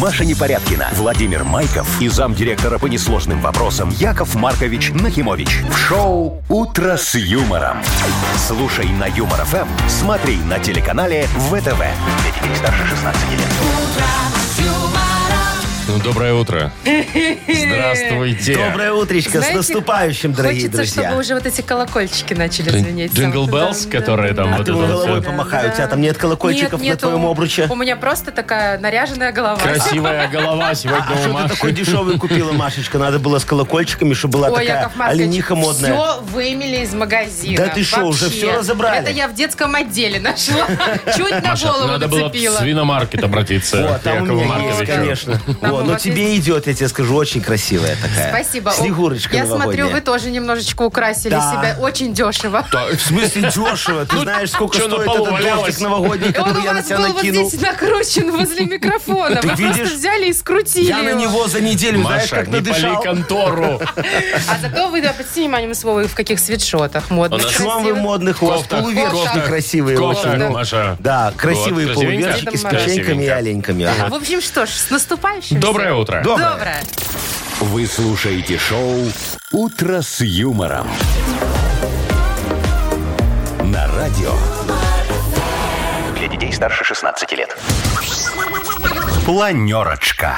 Маша Непорядкина, Владимир Майков и замдиректора по несложным вопросам Яков Маркович Нахимович. В шоу «Утро с юмором». Слушай на Юмор ФМ, смотри на телеканале ВТВ. Для детей старше 16 лет. Ну, доброе утро. Здравствуйте. Доброе утречко, Знаете, с наступающим, дорогие Хочется, друзья. чтобы уже вот эти колокольчики начали Джин- звенеть. Джингл Беллс, которые там А вот ты это головой вот, э, помахай, у тебя там нет колокольчиков Нет, на нету. твоем обруче? У меня просто такая наряженная голова. Красивая голова сегодня А у что ты Маши. такой дешевый купила, Машечка? Надо было с колокольчиками, чтобы была Ой, такая Яков Маркович, олениха модная. все вымели из магазина. Да ты шо, уже Вообще. всё разобрали? Это я в детском отделе нашла. Чуть на голову Надо было в нацепила. свиномаркет обратиться Вот, к там Якову у меня Марковичу. есть, конечно. Там О, у но вас тебе идет, я тебе скажу, очень красивая такая. Спасибо. Снегурочка Я смотрю, вы новогодняя. тоже немножечко украсили Да. себя. Очень дешево. А, В смысле дешево? Ты знаешь, сколько чё на стоит полу этот валялось? дождик новогодний, И Он который у я на вас тебя был вот накинул? здесь накручен возле микрофона. Ты Вы видишь? просто взяли и скрутили Я на его. него за неделю, знаешь, Маша, как не пали надышал. контору. А зато вы, обратите внимание, слово, в каких свитшотах модных. У нас- Чего вы красивых. модных у вас? Кофта, Полуверчики кофта, красивые кофта, очень. Ну, Маша. Да, красивые Вот, красивенько. полуверчики с Красивенько. печеньками и оленьками. ага. В общем, что ж, с наступающим. Доброе всех. утро. Доброе. Доброе. Вы слушаете шоу «Утро с юмором». На радио. Для детей старше 16 лет. Планерочка.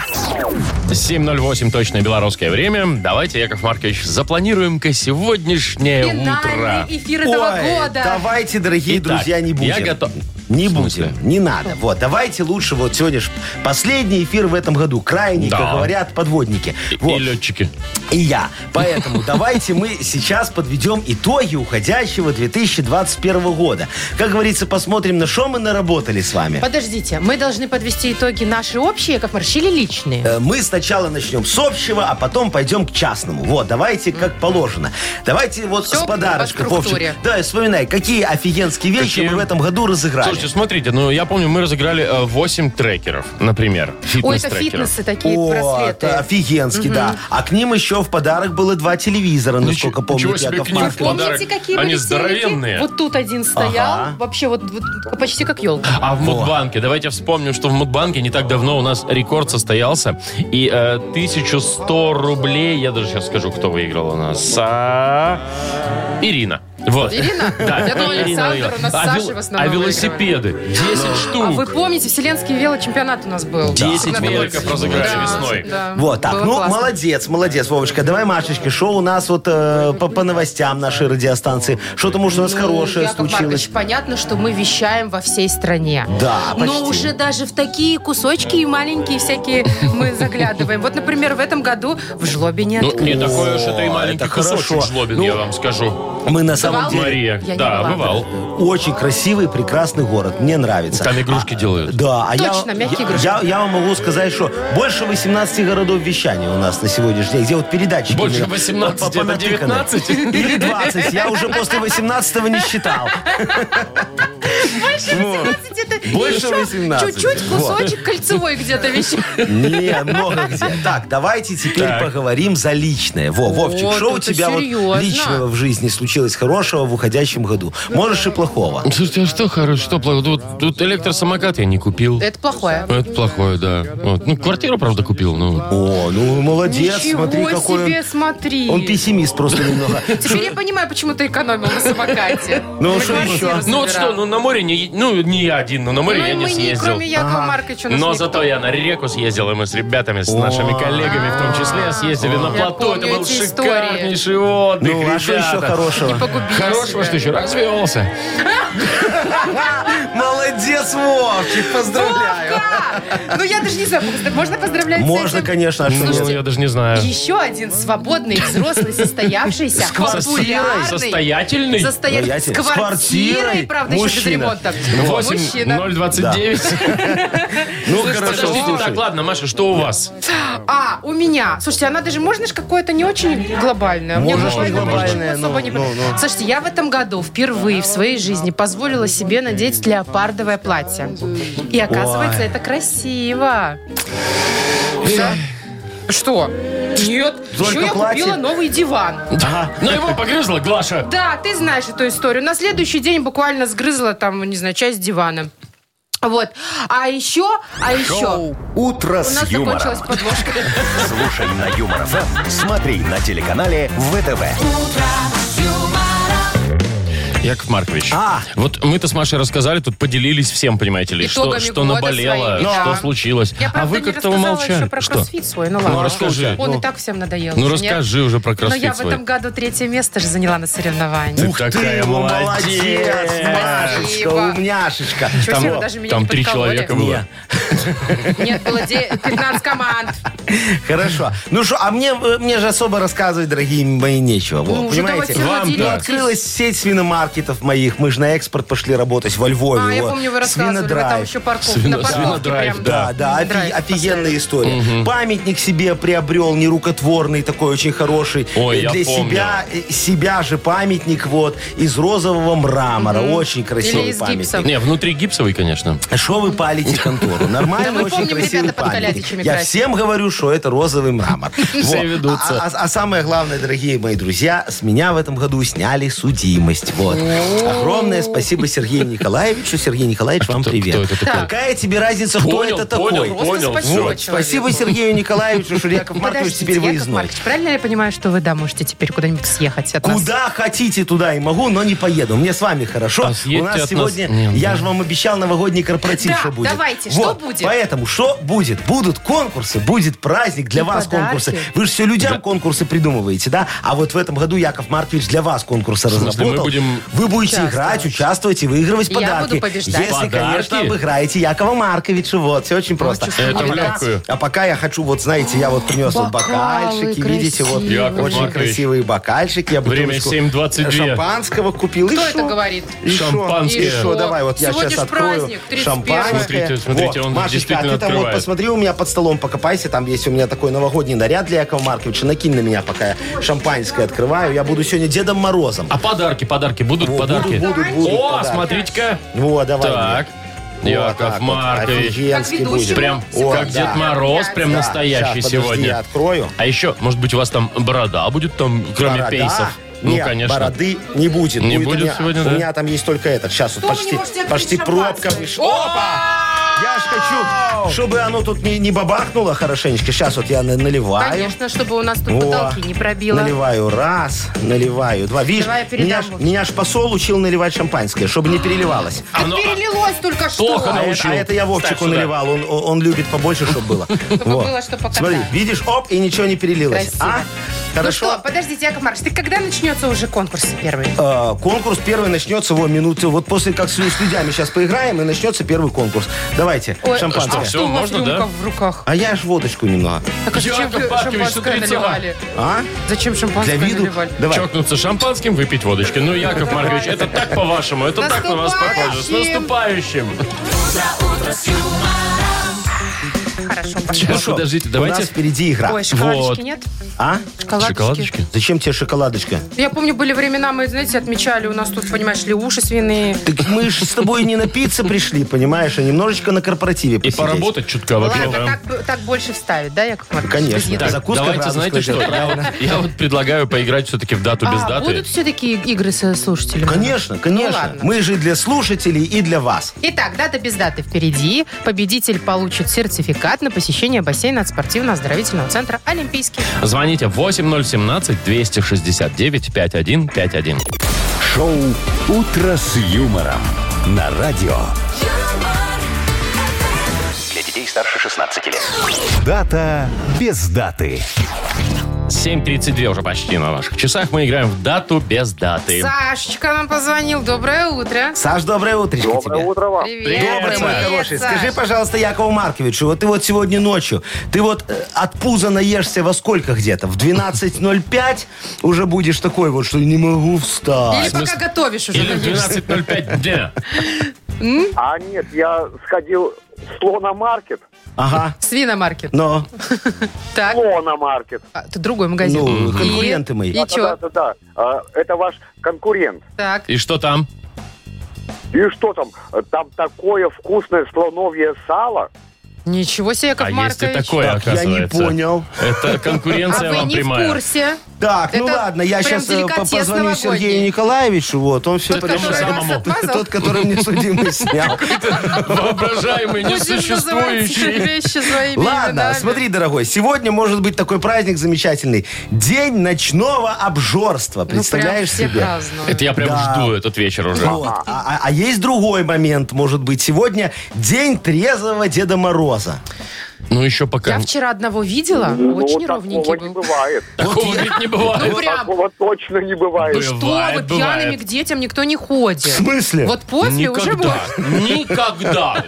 7.08 точно белорусское время. Давайте, Яков Маркович, запланируем-ка сегодняшнее Финальный утро. эфир этого Ой, года. давайте, дорогие Итак, друзья, не будем. я готов. Не В смысле? будем, не надо. Вот, давайте лучше вот сегодня ж последний эфир в этом году. Крайний, Да. как говорят, подводники. И Вот, летчики. и я. Поэтому давайте мы сейчас подведем итоги уходящего 2021 года. Как говорится, посмотрим, на что мы наработали с вами. Подождите, мы должны подвести итоги наши общие, как морщили личные. Э, Мы сначала начнем с общего, а потом пойдем к частному. Вот, давайте как положено. Давайте вот Всё с по подарочков. структуре. Вовчик. Да, и вспоминай, какие офигенские вещи Какие? мы в этом году разыграли. Слушайте, смотрите, ну я помню, мы разыграли э, 8 трекеров, например. Ой, это Фитнес-трекеров. фитнесы такие, браслеты. это офигенский, да. А к ним еще в подарок было два телевизора, Ничего- насколько помню, ничего себе Яков к ним Маркович. в подарок. Помните, какие Они были здоровенные. серенькие? Вот тут один стоял, Ага. вообще вот, вот почти как елка. А в Мудбанке, давайте вспомним, что в Мудбанке не так давно у нас рекорд состоялся. И э, 1100 рублей, я даже сейчас скажу, кто выиграл у нас. А, Ирина. Вот. Ирина? Да, Я думала, Ирина Александр, выиграла. у нас а, Саша вел- в а основном велосипеды? 10 А вы штук. помните, вселенский велочемпионат у нас был. 10 Когда великов только- разыграли Да, весной. да. Вот так. Было ну, классно. молодец, молодец, Вовочка. Давай, Машечка, что у нас вот э, по, по новостям нашей радиостанции? Что там уже у нас Ну, хорошее Яков случилось? Маркович, понятно, что мы вещаем во всей стране. Да, почти. Но уже даже в такие кусочки и маленькие всякие мы заглядываем. Вот, например, в этом году в жлобе не Ну, не открыли. такое уж это и О, маленький это хорошо. кусочек жлобин, Ну, я вам скажу. Мы на самом Бывал? деле... Мария, А Я не да, была. бывал. Очень красивый, прекрасный город. Мне нравится. Там игрушки делают. Да, а Точно, я, мягкие я- игрушки. Я, я вам могу сказать, что больше 18 городов вещания у нас на сегодняшний день, где вот передатчики. Больше именно 18, по- по- это понатыканы. 19? Или 20, я уже после 18 не считал. Это Больше еще 18. Чуть-чуть Вот. кусочек кольцевой где-то вещает. Не, много где. Так, давайте теперь Так. поговорим за личное. Во, Вовчик, Вот что у это тебя вот серьезно. личного в жизни случилось хорошего в уходящем году? Можешь и плохого. Слушайте, а что хорошо, что плохо? Тут, тут электросамокат я не купил. Это плохое. Это плохое, да. Вот. Ну, квартиру, правда, купил, но... О, ну молодец, Ничего смотри, какой себе, он. смотри. Он пессимист просто немного. Теперь я понимаю, почему ты экономил на самокате. Ну, На что квартиру еще? Ну вот собирал. что, ну на море не, ну не я один, но на Ну, море я и не мы не, съездил. кроме Якова Марковича, у нас Но никто. зато я на реку съездил, и мы с ребятами, с нашими коллегами в том числе, съездили на Я плато. Это помню был эти истории. шикарнейший отдых, Ну, а что еще ребята. хорошего? Погубил Хорошего, себя. что еще развелся. Молодец, Вовчик, поздравляю. Ну, я даже не знаю, позд- можно поздравлять с Можно, этим? конечно, а что Ну, Слушайте, я даже не знаю. Еще один свободный, взрослый, состоявшийся, популярный, Состоятельный? состоятельный, Состоятель. с С квартирой. квартирой, правда, еще без Мужчина. ремонта. Мужчина. 8029. Ну, хорошо, Подождите, слушай. Так, ладно, Маша, что у вас? А, у меня. Слушайте, она даже, можно же какое-то не очень глобальное. Мне Можешь глобальное не глобальное, ничего особо ну, не ну, ну. Слушайте, я в этом году впервые в своей жизни позволила себе надеть леопардовое платье. И оказывается, Ой. это красиво. Всё? Что? Нет. Только Еще я платье? купила новый диван. Ну, его погрызла Глаша. Да, ты знаешь эту историю. На следующий день буквально сгрызла там, не знаю, часть дивана. А Вот. А еще, а еще. Шоу «Утро У с нас юмором». закончилась подложка. Слушай на Юмор ФМ, смотри на телеканале ВТВ. Яков Маркович, А. вот мы-то с Машей рассказали, тут поделились всем, понимаете ли, что, Итогами что года наболело, своими, что да. случилось. Я, а правда, вы не как-то рассказала еще умолчали. про Что? кроссфит свой. Ну ладно. расскажи. Он Ну. и так всем надоел. Ну нет? расскажи уже про Но я кроссфит в этом свой. году третье место же заняла на соревнованиях. Ты такая ну, молодец. Машечка, Спасибо. умняшечка. Чё, Там- Серёж, даже меня там не три подкололи? человека было. Нет, было де- 15 команд. Хорошо. Ну что, а мне, э, мне же особо рассказывать, дорогие мои, нечего. Во, Ну, уже понимаете? давайте Вам-то. делитесь. Ну, открылась сеть свиномаркетов моих. Мы же на экспорт пошли работать во Львове. А, я Во, помню, вы рассказывали, вы там Свинодрайв. еще парковку. Свино- на парковке свинодрайв, прям. да. Да, да, офи- Драйв офигенная история. Памятник себе приобрел, нерукотворный, такой очень хороший. Ой, Э, я Для помню. себя, э, себя же памятник вот из розового мрамора. Очень красивый Или из памятник. гипса. Не, внутри гипсовый, конечно. Что А вы палите контору? Нормально, Да мы очень помним, красивый ребята под памятник. колядичами Я красят. всем говорю, что это розовый мрамор. Во. ведутся. А- А а самое главное, дорогие мои друзья, с меня в этом году сняли судимость. Вот. Огромное спасибо Сергею Николаевичу. Сергей Николаевич, вам А Кто- привет. Кто это такой? Какая тебе разница, кто Понял, это такой? понял, понял. Просто всё. спасибо, Вот, спасибо Сергею Николаевичу, что Яков Маркович Подождите, теперь Яков выездной. Маркович, правильно я понимаю, что вы, да, можете теперь куда-нибудь съехать от нас? Куда хотите, туда и могу, но не поеду. Мне с вами хорошо. А съедьте У нас от сегодня, нас- не, ну, я да. же вам обещал новогодний корпоратив, Да, что будет. давайте, что Вот, будет? Поэтому, что будет? Будут конкурсы, будет праздник для И вас подарки. конкурсы. Вы же все людям конкурсы придумываете, да? А вот в этом году Яков Маркович для вас конкурсы смысле, разработал. мы будем Вы будете Участвовать. играть, участвовать и выигрывать Я подарки. буду побеждать. Если, конечно, Подарки? обыграете Якова Марковича. Вот, все очень просто. чё, Это а, в пока, легкую. а пока я хочу, вот знаете, я вот принес вот Бокалы бокальчики, видите, вот красивые. Яков очень Маркович. красивые бокальчики. Я Время бутылочку 7:22. Шампанского купил. Кто это говорит? Шампанское. Шампанское. И шо? давай, вот я Сегодня сейчас ж открою. праздник, 31. Шампанское. Смотрите, смотрите, он Машечка, действительно а ты там открывает. вот посмотри у меня под столом, покопайся. Там есть у меня такой новогодний наряд для Якова Марковича. Накинь на меня, пока я шампанское открываю. Я буду сегодня Дедом Морозом. А подарки, подарки, будут Во, подарки? будут, будут, будут О, подарки. смотрите-ка. Вот, давай. Так, мне. Вот Яков так вот, Маркович. офигенский Как будет. ведущий. Прям О, как да. Дед Мороз, прям Да, настоящий Щас, подожди, я сегодня. открою. А еще, может быть, у вас там борода будет там, кроме Борода? пейсов? Ну, Нет, бороды не будет. Не у будет меня- сегодня, У да? меня там есть только этот. Сейчас вот Что вы не почти, можете открыть почти пробка шампанское? вышла. Опа! Я ж хочу, чтобы оно тут не, не бабахнуло хорошенечко. Сейчас вот я на- наливаю. Конечно, чтобы у нас тут Во. потолки не пробило. Наливаю раз, наливаю два. Видишь, Давай я передам меня, ж- вот. меня ж посол учил наливать шампанское, чтобы не переливалось. Так Оно- перелилось только что. Ну Плохо А это, А, научил. а это я Ставь Вовчику сюда. наливал. Он, он- он любит побольше, чтобы было. было, что покатать. Смотри, видишь, оп, и ничего не перелилось. Красиво. А? Ну Хорошо. что, подождите, Яков Маркович, ты когда начнется уже конкурс первый? Э, конкурс первый начнется его минуты. Вот после как с, с людьми сейчас поиграем, и начнется первый конкурс. Давайте, Ой, шампанское. А Всё, что у вас можно, да? рюмка в руках? А я аж водочку немного. Так а зачем Яков вы Маркович, шампанское смотрите, наливали? А? Зачем Для шампанское виду? наливали? Давай. Чокнуться шампанским, выпить водочки. Ну, Яков Маркович, это так по-вашему, это так на вас похоже. С наступающим! Хорошо, пошли. Сейчас, Ну подождите, У нас давайте... впереди игра. Ой, шоколадочки Вот. нет? А? Шоколадочки. Шоколадочки? Зачем тебе шоколадочка? Я помню, были времена, мы, знаете, отмечали, у нас тут, понимаешь ли, уши свиные. Так мы же с тобой не напиться пришли, понимаешь, а немножечко на корпоративе И посидеть. поработать чутка вообще. Ладно, да. так, б- так больше вставит, да, Яков Маркович? Конечно. Без еды. Так, закуска давайте, градусная, знаете что, это я вот, я вот предлагаю поиграть все-таки в дату без А, даты. будут все-таки игры со слушателями? Конечно, конечно. ладно. мы же для слушателей и для вас. Итак, дата без даты впереди. Победитель получит сертификат на посещение бассейна от спортивно-оздоровительного центра «Олимпийский». Звоните 8017-269-5151. Шоу «Утро с юмором» на радио. Для детей старше 16 лет. Дата без даты. 7.32 уже почти на наших часах. Мы играем в дату без даты. Сашечка нам позвонил. Доброе утро. Саш, доброе утречко тебе. Привет. Доброе, мой Привет, хороший. Саш. Скажи, пожалуйста, Якову Марковичу, вот ты вот сегодня ночью, ты вот э, от пуза наешься во сколько где-то? В 12.05 уже будешь такой вот, что не могу Или встать. пока готовишь уже, Или в конечно. 12.05 дня. А нет, я сходил в слономаркет. Ага. Свиномаркет. Ну, Но, Так, Слономаркет. а, это другой магазин. ну, И- конкуренты мои. И Да, что? да, да. А, Это ваш конкурент. Так. И что там? И что там? Там такое вкусное слоновье сало. Ничего себе, Яков а Маркович. есть и такое, Так, я не оказывается. понял. Это А конкуренция вы вам не в прямая. курсе. Так, ну Это ладно, я прям сейчас деликатес позвоню Сергею новогодний. Николаевичу, вот, он все Тот, который решил вас самому. отмазал, Тот, который мне судимый снял. Воображаемый, будешь называть несуществующий. вещи своими А Ладно, именами. Ну, смотри, дорогой, сегодня может быть такой праздник замечательный. День ночного обжорства. Ну, прям Представляешь все себе? празднуют. Это я прям жду этот вечер уже. Вот. А, а- а есть другой момент, может быть, сегодня день трезвого Деда Мороза. Ну, еще Я пока. вчера одного видела, Ну, очень такого ровненький не был. бывает. Такого ведь не бывает. Ну, прям. Такого точно не бывает. Бывает, Что вы, пьяными бывает. к детям никто не ходит. В смысле? Вот после Ну, уже Никогда. будет. Никогда.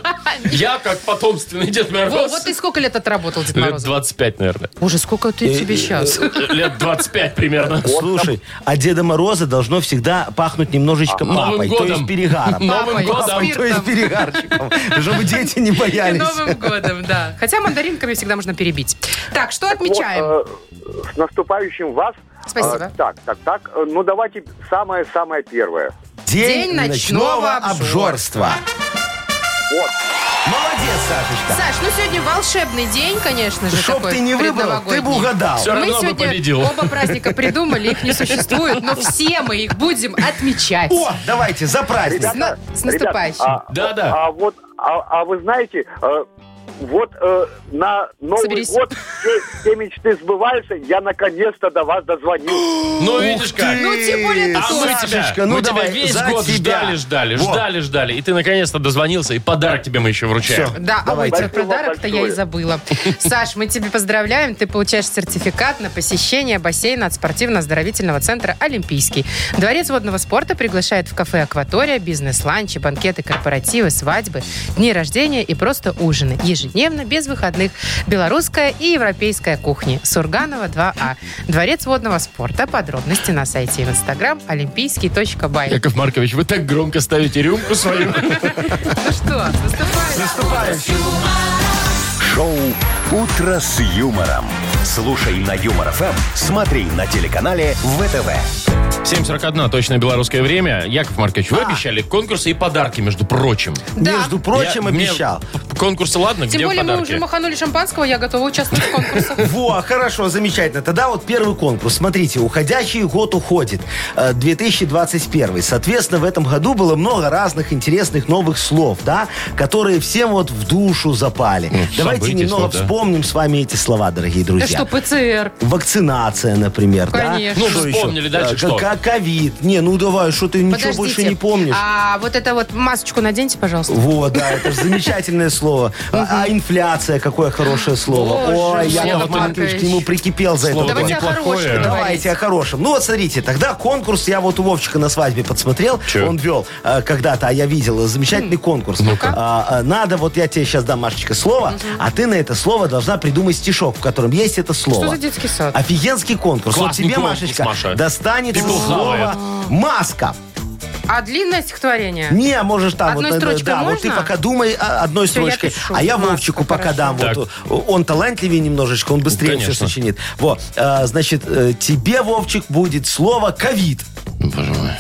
Я как потомственный Дед Во, Мороз. Вот ты сколько лет отработал, Дед Лет Морозов? 25, наверное. Боже, сколько ты тебе сейчас? э, Лет 25 примерно. Слушай, а Деда Мороза должно всегда пахнуть А, немножечко Новым папой, то годом. есть перегаром. Новым Папой, годом. спирт. То есть перегарчиком, чтобы дети не И боялись. Новым годом, да. Хотя мандаринками всегда можно перебить. Так, что отмечаем? Вот, э, с наступающим вас. Спасибо. Э, так, так, так. Э, Ну, давайте самое-самое первое. День ночного обжорства. Вот. Молодец, Сашечка. Саш, ну сегодня волшебный день, конечно же, Чтоб такой ты не выбрал, ты бы предновогодний. угадал. Всё равно Мы бы сегодня победил. оба праздника придумали, их не существует, но все мы их будем отмечать. О, давайте, за праздник. С на- с Ребят, наступающим. а- Да-да. А вот, а, а вы знаете, э, вот э, на Новый Соберись. год все, все мечты сбываются. Я наконец-то до вас дозвонил. Ну, видишь как. Ну, тем более это А мы здорово. тебя, Сашечка, ну мы тебя давай, весь за год тебя. ждали, ждали, Вот. ждали, ждали. И ты наконец-то дозвонился, и подарок тебе мы еще вручаем. Всё. Да, Давайте. а ой, про Спасибо подарок-то я и большое. забыла. Саш, мы тебя поздравляем. Ты получаешь сертификат на посещение бассейна от спортивно-оздоровительного центра «Олимпийский». Дворец водного спорта приглашает в кафе «Акватория» бизнес-ланчи, банкеты, корпоративы, свадьбы, дни рождения и просто ужины. Ежедневно, без выходных. Белорусская и европейская кухни. Сурганова 2А. Дворец водного спорта. Подробности на сайте и в инстаграм олимпийский.бай. Яков Маркович, вы так громко ставите рюмку свою. Ну что, наступает. Шоу «Утро с юмором». Слушай на Юмор ФМ, смотри на телеканале ВТВ. 7.41, точное белорусское время. Яков Маркович, А. вы обещали конкурсы и подарки, между прочим. Да. Между прочим, Я- мне обещал. п- Конкурсы, ладно, Тем где более мы подарки? уже маханули шампанского, я готова участвовать в конкурсах. Во, хорошо, замечательно. Тогда вот первый конкурс. Смотрите, уходящий год уходит. э, 2021. Соответственно, в этом году было много разных интересных новых слов, да, которые всем вот в душу запали. Давайте событий немного слов, Ну, да. вспомним с вами эти слова, дорогие Э, друзья. Что, ПЦР? Вакцинация, например, Конечно. Ну, да? еще? вспомнили, дальше Э, что? как- Ковид. Не, ну давай, что ты ничего Подождите. больше не помнишь. А вот это вот масочку наденьте, пожалуйста. Вот, да, это же замечательное слово. А а инфляция, какое хорошее слово. Боже, Ой, Яков Яков Маркович Маркович. к нему прикипел за это. Слово-то Давайте о неплохое. хорошем говорить. Давайте о хорошем. Ну вот смотрите, тогда конкурс я вот у Вовчика на свадьбе подсмотрел, Чё? он вел э, когда-то, а я видел э, замечательный конкурс. А, э, надо, вот я тебе сейчас дам, Машечка, слово, а ты на это слово должна придумать стишок, в котором есть это слово. за детский сад? Офигенский конкурс. вот Классный тебе, конкурс, Машечка, Маша. достанется Ты глухая. слово маска. А длинное стихотворение? Не, можешь там. Одной вот, э, строчкой да, вот ты можно? пока думай а, одной Всё, я строчкой. пишу. а я Маска, Вовчику пока хорошо. дам. Вот, э, он талантливее немножечко, он быстрее Конечно. все сочинит. Вот, э, значит, э, тебе, Вовчик, будет слово ковид.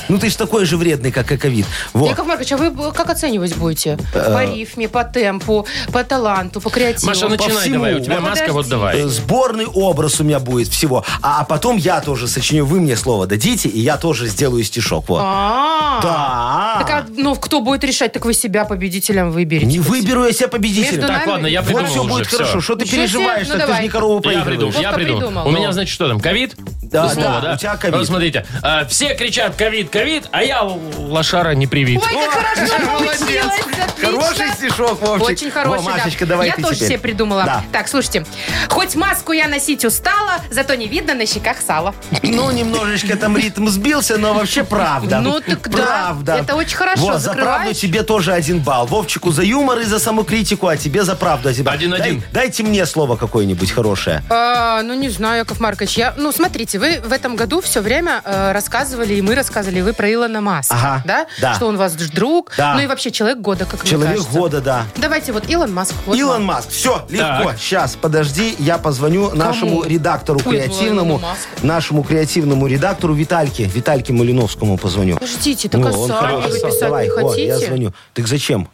Ну ты же такой же вредный, как и ковид. Вот. Яков Маркович, а вы б- как оценивать будете? Э. По рифме, по темпу, по таланту, по креативу? Маша, По- начинай всему. давай, у тебя Да маска, вот Ну, подожди. давай. Э, Сборный образ у меня будет всего. А, а потом я тоже сочиню, вы мне слово дадите, и я тоже сделаю стишок. Вот. А, Да. Так, а, ну, кто будет решать, так вы себя победителем выберете. Не выберу я себя победителя. Между Так, нами- ладно, я вот придумал все уже, будет всё. хорошо. Что ты Ничего переживаешь? себе, ну так ты давай. же не корову Я проигрываешь. придумал, я Кто-то придумал. придумал, У ну. меня, значит, что там, ковид? Да, Слово, да, у тебя ковид. Вот смотрите, а, все кричат ковид, ковид, а я л- лошара не привит. Ой, как хорошо получилось, отлично. Хороший стишок, Вовчик. Очень хороший, Во, Машечка, да. давай Я ты тоже теперь. себе придумала. Да. Так, слушайте. Хоть маску я носить устала, зато не видно на щеках сала. Ну, немножечко там ритм сбился, но вообще правда. Ну, так да. Правда. Это очень хорошо, Вот, за закрываешь. правду тебе тоже один балл. Вовчику за юмор и за самокритику, а тебе за правду. один балл. Один-один. Дай- Дайте мне слово какое-нибудь хорошее. А, ну, не знаю, Яков Маркович. Я, ну, смотрите, вы в этом году все время э, рассказывали, и мы рассказывали, и вы про Илона Маска. Ага, да? да. Что он вас друг. Да. Ну и вообще человек года, как мне Человек кажется. года, да. Давайте вот Илон Маск. вот Илон вам. Маск. Все, легко. Сейчас, подожди, я позвоню нашему редактору Ой, Илону креативному, Маску. нашему креативному редактору Витальке, Витальке Малиновскому позвоню. Подождите, так а он сами хороший. вы писать Давай, не о, хотите? я звоню. Так зачем?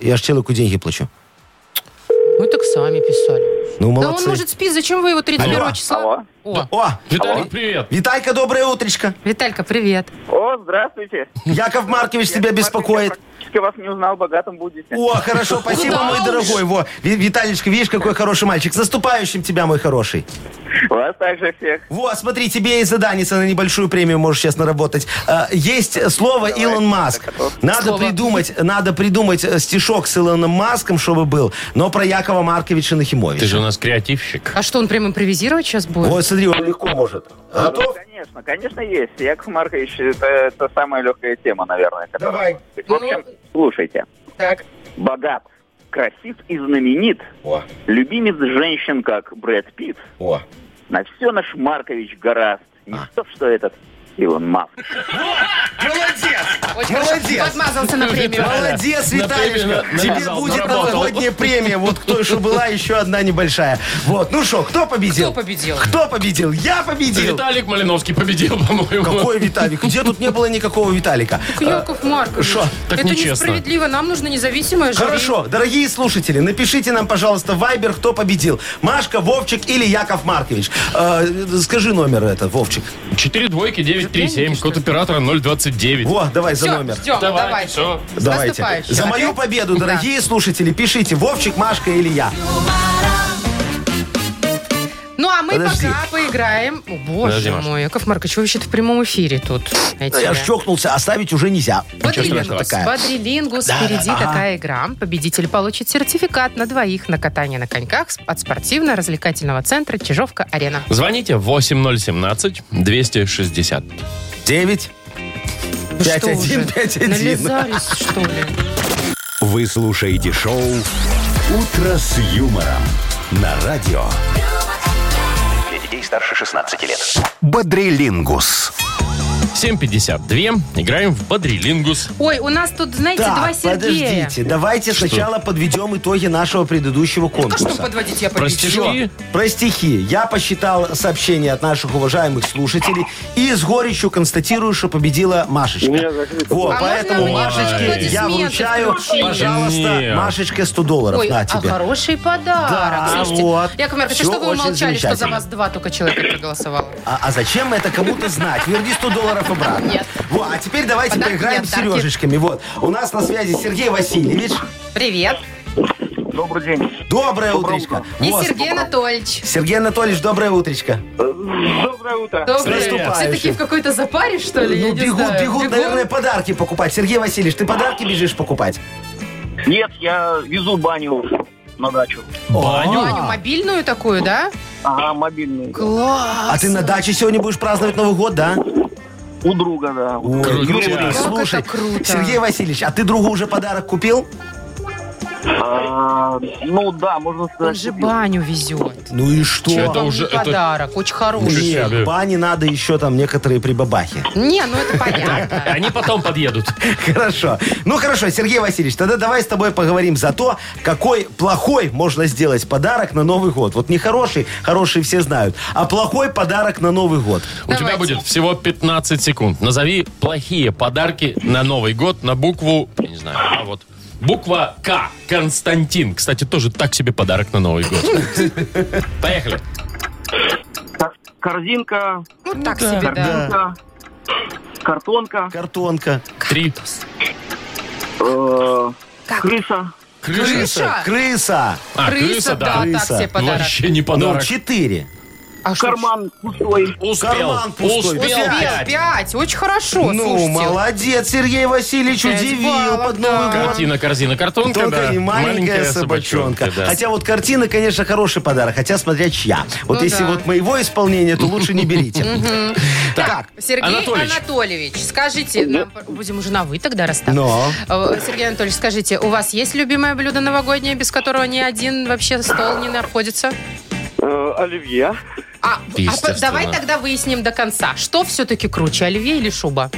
Я ж человеку деньги плачу. Мы так сами писали. Ну, Да молодцы. он, может, спит. Зачем вы его 31 числа? Алло. О, О, Виталик, привет. Виталька, доброе утречко. Виталька, привет. О, здравствуйте. Яков Маркович тебя беспокоит. Практически вас не узнал, богатым будете. О, хорошо, спасибо, Куда мой уж. дорогой. Во, Ви- Виталечка, видишь, какой хороший мальчик. С наступающим тебя, мой хороший. Вас также всех. Вот, смотри, тебе и задание на небольшую премию можешь сейчас наработать. Э, Есть слово Илон Маск. Надо Слово. придумать, надо придумать э, стишок с Илоном Маском, чтобы был, но про Якова Марковича Ты Нахимовича. же у нас креативщик. А что, он прям импровизировать сейчас будет? Вот, смотри, он легко может. Готов? Ну, Конечно, конечно есть. Яков Маркович, это, это самая легкая тема, наверное. которая Давай. может быть. В общем, слушайте. Ну, Так. Богат, красив и знаменит. О, Любимец женщин, как Брэд Питт. о. На все наш Маркович гораст. Не то, что этот Илон Маск. Очень Молодец. хорошо. Подмазался на премию. Молодец, На премию Виталишка. на- Тебе навязал, будет наработал. новогодняя премия. Вот кто еще была, еще одна небольшая. Вот, ну что, кто победил? Кто победил? Кто победил? Я победил. Виталик Малиновский победил, по-моему. Какой Виталик? Где тут не было никакого Виталика? Яков Маркович. шо? Так Это нечестно. несправедливо. Нам нужно независимое жюри. Э, Хорошо, дорогие слушатели, напишите нам, пожалуйста, в Вайбер, кто победил. Машка, Вовчик или Яков Маркович. Э, скажи номер этот, Вовчик. 4 двойки 937, Пьяненький, что код оператора 029. Во, давай за Все, номер. ждем. Давайте, Давайте. всё. С Давайте. наступающим. За мою Опять? победу, Да. дорогие слушатели, пишите Вовчик, Машка или я. Ну, а мы Подожди. пока поиграем. О, боже Подожди, Маш. мой, Яков Маркович, вы вообще-то в прямом эфире тут. знаете Я ли. ж чокнулся, оставить уже нельзя. страшного. Бодрилингус. Такая. Бодрилингус. Да, Впереди да, ага. такая игра. Победитель получит сертификат на двоих на катание на коньках от спортивно-развлекательного центра Чижовка-Арена. Звоните 8017-260. Девять. Пять Ну Что один, уже, пять один. Нализались, что ли? Вы слушаете шоу «Утро с юмором» на радио Для детей старше 16 лет. «Бодрилингус». 752. Играем в Бодрилингус. Ой, у нас тут, знаете, два Так, Сергея. подождите, давайте сначала подведем итоги нашего предыдущего Ну что конкурса. подводить, я Про победила. стишки. Про стихи. Я посчитал сообщения от наших уважаемых слушателей и с горечью констатирую, что победила Машечка. Меня закрыто. Во, А поэтому можно мне Машечке я аплодисменты вручаю, включить? пожалуйста, Нет. Машечка 100 долларов. Ой, На а тебе. хороший подарок. Да, Слушайте, вот. Яков Маркович, а Всё что вы очень умолчали, что за замечательно. вас два только человека проголосовало? А, а зачем это кому-то знать? Верни 100 долларов обратно. Нет. Во, а теперь давайте Подарки поиграем нет, с дарки. сережечками. Вот. У нас на связи Сергей Васильевич. Привет. Добрый день. Доброе, утречко. И Вот. Сергей Анатольевич. Сергей Анатольевич, доброе утречко. Доброе утро. Доброе. наступающим. Все такие в какой-то запаре, что ли? Я ну, не бегут, знаю. бегут, наверное, подарки покупать. Сергей Васильевич, ты подарки бежишь покупать? Нет, я везу баню на дачу. Баню. а. Баню мобильную такую, да? Ага, мобильный. Класс. А ты на даче сегодня будешь праздновать Новый год, да? У друга, да. Ой, Крутяк. Юрий, Как слушай, это круто. Сергей Васильевич, а ты другу уже подарок купил? А, ну да, можно сказать. А Он же купил. баню везет. Ну и что? Чё это Вам уже- не подарок, очень хороший. Ничего Нет, себе. бане надо еще там некоторые прибабахи. Не, ну это Э, понятно. Они потом подъедут. Хорошо. Ну хорошо, Сергей Васильевич, тогда давай с тобой поговорим за то, какой плохой можно сделать подарок на Новый год. Вот не хороший, хороший все знают, а плохой подарок на Новый год. У тебя Давайте. будет всего 15 секунд. Назови плохие подарки на Новый год на букву... Я не знаю. А вот... Буква К. Константин. Кстати, тоже так себе подарок на Новый год. Поехали. Кор- Корзинка, Ну так себе, да. корзинка, картонка, Картонка. Три. э, крыса. Крыша. Крыса. Ну, А, крыса, да. да, так Крыса. себе подарок. Вообще не Ну, подарок. четыре. А что ж, Карман пустой. Успел. Карман пустой. Успел. Успел, Пять. пять. Очень хорошо, ну, слушайте. молодец, Сергей Васильевич, Пять удивил баллов, под Новый да. год. Картина, корзина, картонка, Тонкая да. и маленькая собачонка. да. Хотя вот картина, конечно, хороший подарок, хотя смотря чья. Вот Ну если да. вот моего исполнения, то лучше не берите. Так, Сергей Анатольевич. Анатольевич, скажите, нам, будем уже на вы тогда раз так. но... Э, Сергей Анатольевич, скажите, у вас есть любимое блюдо новогоднее, без которого ни один вообще стол не обходится? оливье. А, а по- Естественно. давай тогда выясним до конца, что все-таки круче, оливье или шуба?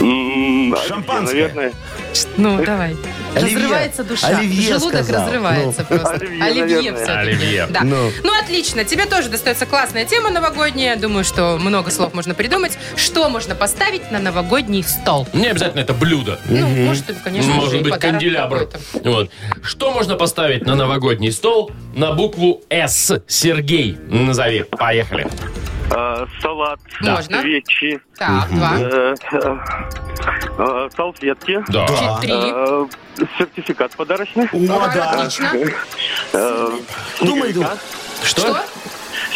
М, Шампанское. оливье, Наверное. Ш- Ну, давай. Оливье. Разрывается душа. Оливье Желудок сказал. разрывается просто. Оливье, Оливье наверное. все-таки. Оливье. Да. Ну. Ну. отлично. Тебе тоже достается классная тема новогодняя. Думаю, что много слов можно придумать. Что можно поставить на новогодний стол? Не обязательно это блюдо. Ну, может, и, конечно, уже Может и быть, подарок канделябр. какой-то. Вот. Что можно поставить на новогодний стол на букву «С»? Сергей, назови. Поехали. Э, салат, Да. Можно. свечи, Так, два, э, э, э, салфетки, Да. Да. три. э, сертификат подарочный, О, Так, да. Отлично. э, Думай, думай. Что?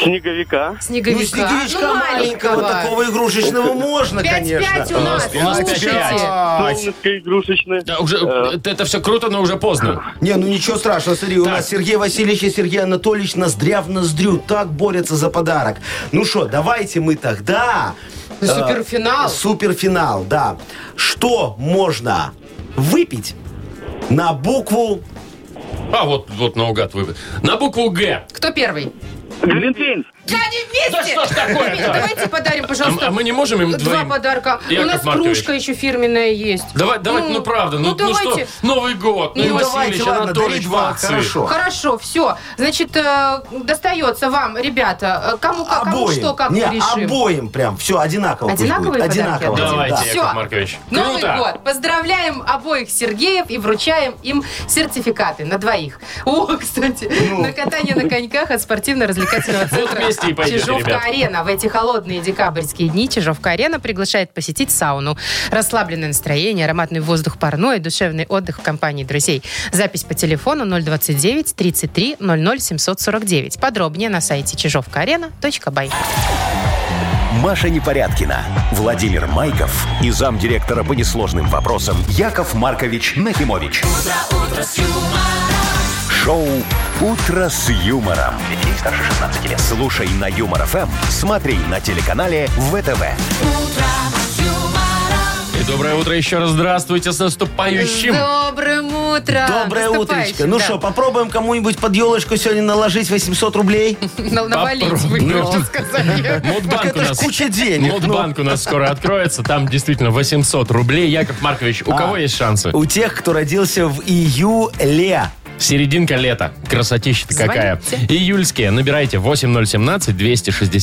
снеговика. Ну, Снеговика. снеговичка маленького, такого игрушечного можно, конечно. 5-5 у нас. У нас слушайте. 5-5. Солнышко игрушечное. Да, уже, э, это все круто, но уже поздно. Не, ну ничего страшного, смотри, у Так. нас Сергей Васильевич и Сергей Анатольевич ноздря в ноздрю так борются за подарок. Ну что, давайте мы тогда... Ну, э, суперфинал. Суперфинал, да. Что можно выпить на букву... А, вот, вот наугад выбор. На букву «Г». Кто первый? Глинтвейн. Да, не вместе! Да что ж такое-то? Давайте подарим, А, пожалуйста, а мы не можем им два двоим? подарка. Яков У нас Маркович. кружка еще фирменная есть. Давай, давайте, ну, правда, ну, ну давайте. что, Новый год, ну, Ну, Васильевич, Анатольевич, дарить два, молодцы. хорошо. Хорошо, все. Значит, э, достается вам, ребята, э, кому, как, кому Обоим. что, как Не, мы решим. обоим прям. Все, одинаково пусть будет. Одинаковые подарки Одинаково. отдадим? да. Давайте, Яков Всё. Маркович. Новый Круто. год. Поздравляем обоих Сергеев и вручаем им сертификаты на двоих. О, кстати, на катание на коньках от спортивно-развлекательного центра Ну. вместе и пойдете, ребят. Чижовка-арена. В эти холодные декабрьские дни Чижовка-арена приглашает посетить сауну. Расслабленное настроение, ароматный воздух парной, душевный отдых в компании друзей. Запись по телефону 029 33 00 749. Подробнее на сайте чижовкаарена.бай. Маша Непорядкина, Владимир Майков и замдиректора по несложным вопросам Яков Маркович Нахимович. Шоу Утро с юмором. Детей старше 16 лет. Слушай на юмор ФМ, смотри на телеканале ВТВ. И доброе утро еще раз. Здравствуйте с наступающим. Добрым утром! Доброе утречко. Ну Наступающим, что, да. попробуем кому-нибудь под елочку сегодня наложить 800 рублей? На- Навалить, вы Попробуем. хотите сказать. Мудбанк Так у это ж нас. куча денег, Мудбанк у нас скоро откроется. Там действительно 800 рублей. Яков Маркович, А. у кого есть шансы? У тех, кто родился в июле. Серединка лета. Красотища-то какая. Звоните. Июльские. Набирайте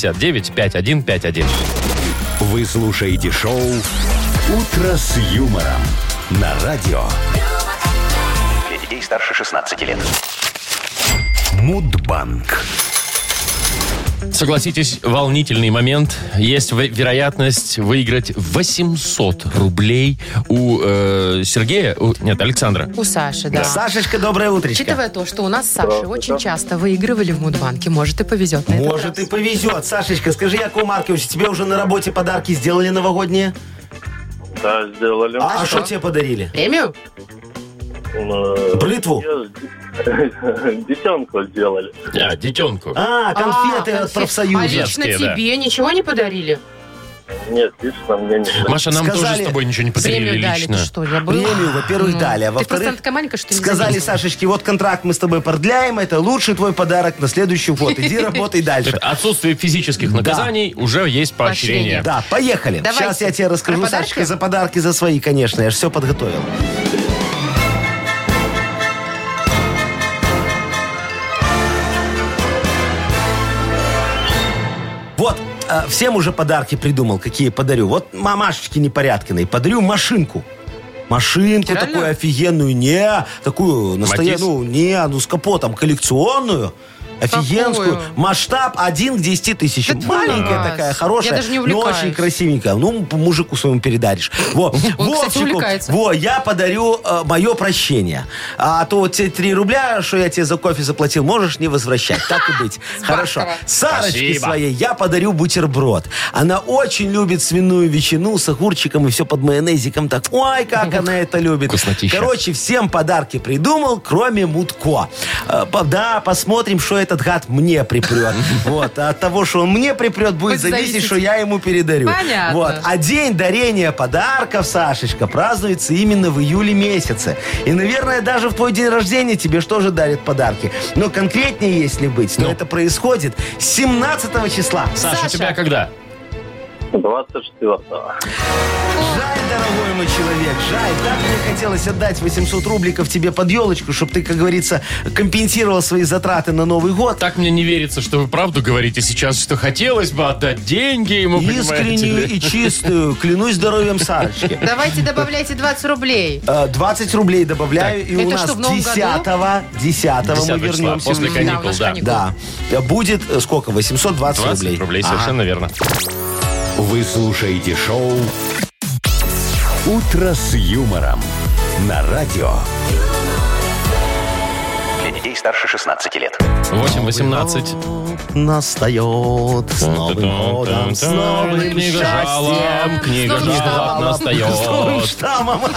8017-269-5151. Вы слушаете шоу Утро с юмором на радио Для детей старше 16 лет. Мудбанк. Согласитесь, волнительный момент. Есть ве- вероятность выиграть 800 рублей у э, Сергея... у- нет, Александра. У Саши, да. Сашечка, доброе утречко. Учитывая то, что у нас с Сашей очень часто выигрывали в Мудбанке, может и повезет на этот Может, и раз. повезет. Сашечка, скажи, Якову Марковичу, тебе уже на работе подарки сделали новогодние? Да, сделали. А что тебе подарили? Премию? Э, Бритву? Детенку сделали. А, детенку. А, конфеты А, от конфет. А профсоюза. лично Детские, да. тебе ничего не подарили? Нет, лично мне не Маша, нам Сказали- тоже с тобой ничего не подарили Премию дали, лично. ты что, я была? Премию, во-первых, дали, а Ты просто во-вторых... такая маленькая, что не Сказали заметила. Сашечке, вот контракт мы с тобой продляем, это лучший твой подарок на следующий год. Иди работай дальше. Это отсутствие физических наказаний уже есть поощрение. Поощрение. Да, поехали. Давайте. Сейчас я тебе расскажу, Про подарки? Сашечка, за подарки, за свои, конечно. Я же все подготовил. Вот, э, всем уже подарки придумал, какие подарю. Вот мамашечке непорядкиной подарю машинку. Машинку Реально? такую офигенную, не, такую Матис? настоящую, ну, не, ну, с капотом, коллекционную, офигенскую. Какую? масштаб 1 к 10 тысяч. Да Маленькая класс. такая, хорошая, Я даже не но очень увлекаюсь. красивенькая. Ну, мужику своему передаришь. Во, Вовчику, увлекается. во, я подарю мое прощение. А то вот те 3 рубля, что я тебе за кофе заплатил, можешь не возвращать. Так и быть. Хорошо. Бархова. Сарочке Спасибо. своей я подарю бутерброд. Она очень любит свиную ветчину с огурчиком и все под майонезиком. Так, ой, как она это любит. Вкуснотища. Короче, всем подарки придумал, кроме Мутко. Э, по- Да, посмотрим, что этот гад мне припрет. Вот. А От того, что он мне припрет, будет Будет зависеть, зависеть. что я ему передарю. Понятно. Вот. А день дарения подарков, Сашечка, празднуется именно в июле месяце. И, наверное, даже в твой день рождения тебе что же дарят подарки. Но конкретнее, если быть, то Ну. это происходит 17 числа. Саша, Саша. тебя когда? 24 Жаль, дорогой мой человек, жаль. Так мне хотелось отдать 800 рубликов тебе под елочку, чтобы ты, как говорится, компенсировал свои затраты на Новый год. Так мне не верится, что вы правду говорите сейчас, что хотелось бы отдать деньги ему, Ну, понимаете Искреннюю ли. и чистую, клянусь здоровьем Сарочки. Давайте добавляйте 20 рублей. Э, 20 рублей добавляю, и у Это нас что, в новом 10 году? 10 мы 10 числа, вернемся. после в- Да, у нас каникул, да. каникулы. Да. Э, Будет э, сколько? 820 20 рублей, рублей. Ага. совершенно верно. Вы слушаете шоу «Утро с юмором» на радио. Для детей старше 16 лет. 8.18. Настает с Новым годом, с новым Книга жалоб, счастьем, книга с новым жалоб штаммом. с новым настает. штаммом.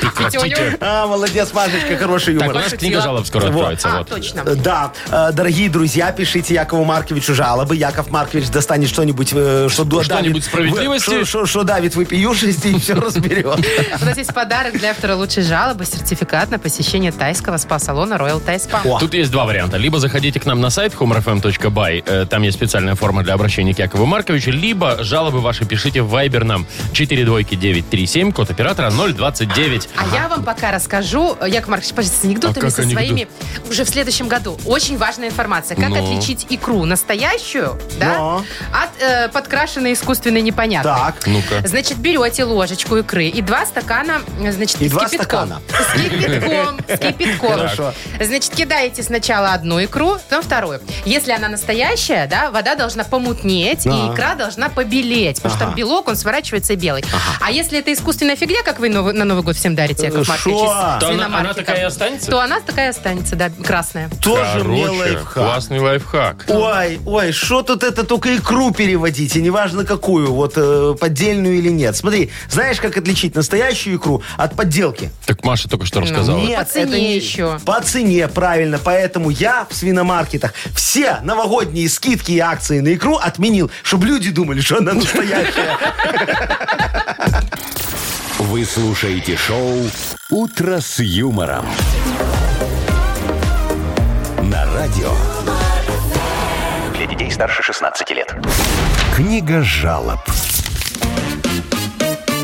Прекратите. А, молодец, Машечка, хороший Так, у юмор. нас книга жалоб скоро Вот. откроется. А, вот. точно. Да, э, дорогие друзья, пишите Якову Марковичу жалобы. Яков Маркович достанет что-нибудь, э, что, до- Что-нибудь давит- справедливости? вы- Что, что- что давит выпиюшести и все разберет. У нас есть подарок для автора лучшей жалобы. Сертификат на посещение тайского спа-салона Royal Thai Spa. О. Тут есть два варианта. Либо заходите к нам на сайт humorfm.by, э, там есть специальная форма для обращения к Якову Марковичу, либо жалобы ваши пишите в Viber нам 42937, код оператора 029. А я вам пока расскажу, э, Яков Маркович, пожалуйста, с анекдотами А как со анекдот? своими уже в следующем году. Очень важная информация. Как Ну. отличить икру настоящую, да, Но. от э, подкрашенной искусственной непонятной. Так. Ну-ка. Значит, берете ложечку икры и два стакана, э, значит, И с два кипятком. стакана. С кипятком, с кипятком. Хорошо. Значит, кидаете сначала одну икру, потом вторую. Если она настоящая, да, вода должна помутнеть, Да. и икра должна побелеть, потому что там Ага. белок, он сворачивается белый. А если это искусственная фигня, как вы новый- на Новый год всем дарите, Э, Яков Маркович, шо? из То она- То она, она свиномаркета, такая и останется? то она такая и останется, да, красная. Тоже мне Короче, лайфхак. классный лайфхак. Ой, ой, что тут это только икру переводить, и неважно какую, вот э, поддельную или нет. Смотри, знаешь, как отличить настоящую икру от подделки? Так Маша только что рассказала. По цене еще. По цене, правильно. Поэтому я в свиномаркетах все новогодние скидки и акции на икру отменил, чтобы люди думали, что она настоящая. Вы слушаете шоу «Утро с юмором» на радио. Для детей старше 16 лет. Книга жалоб.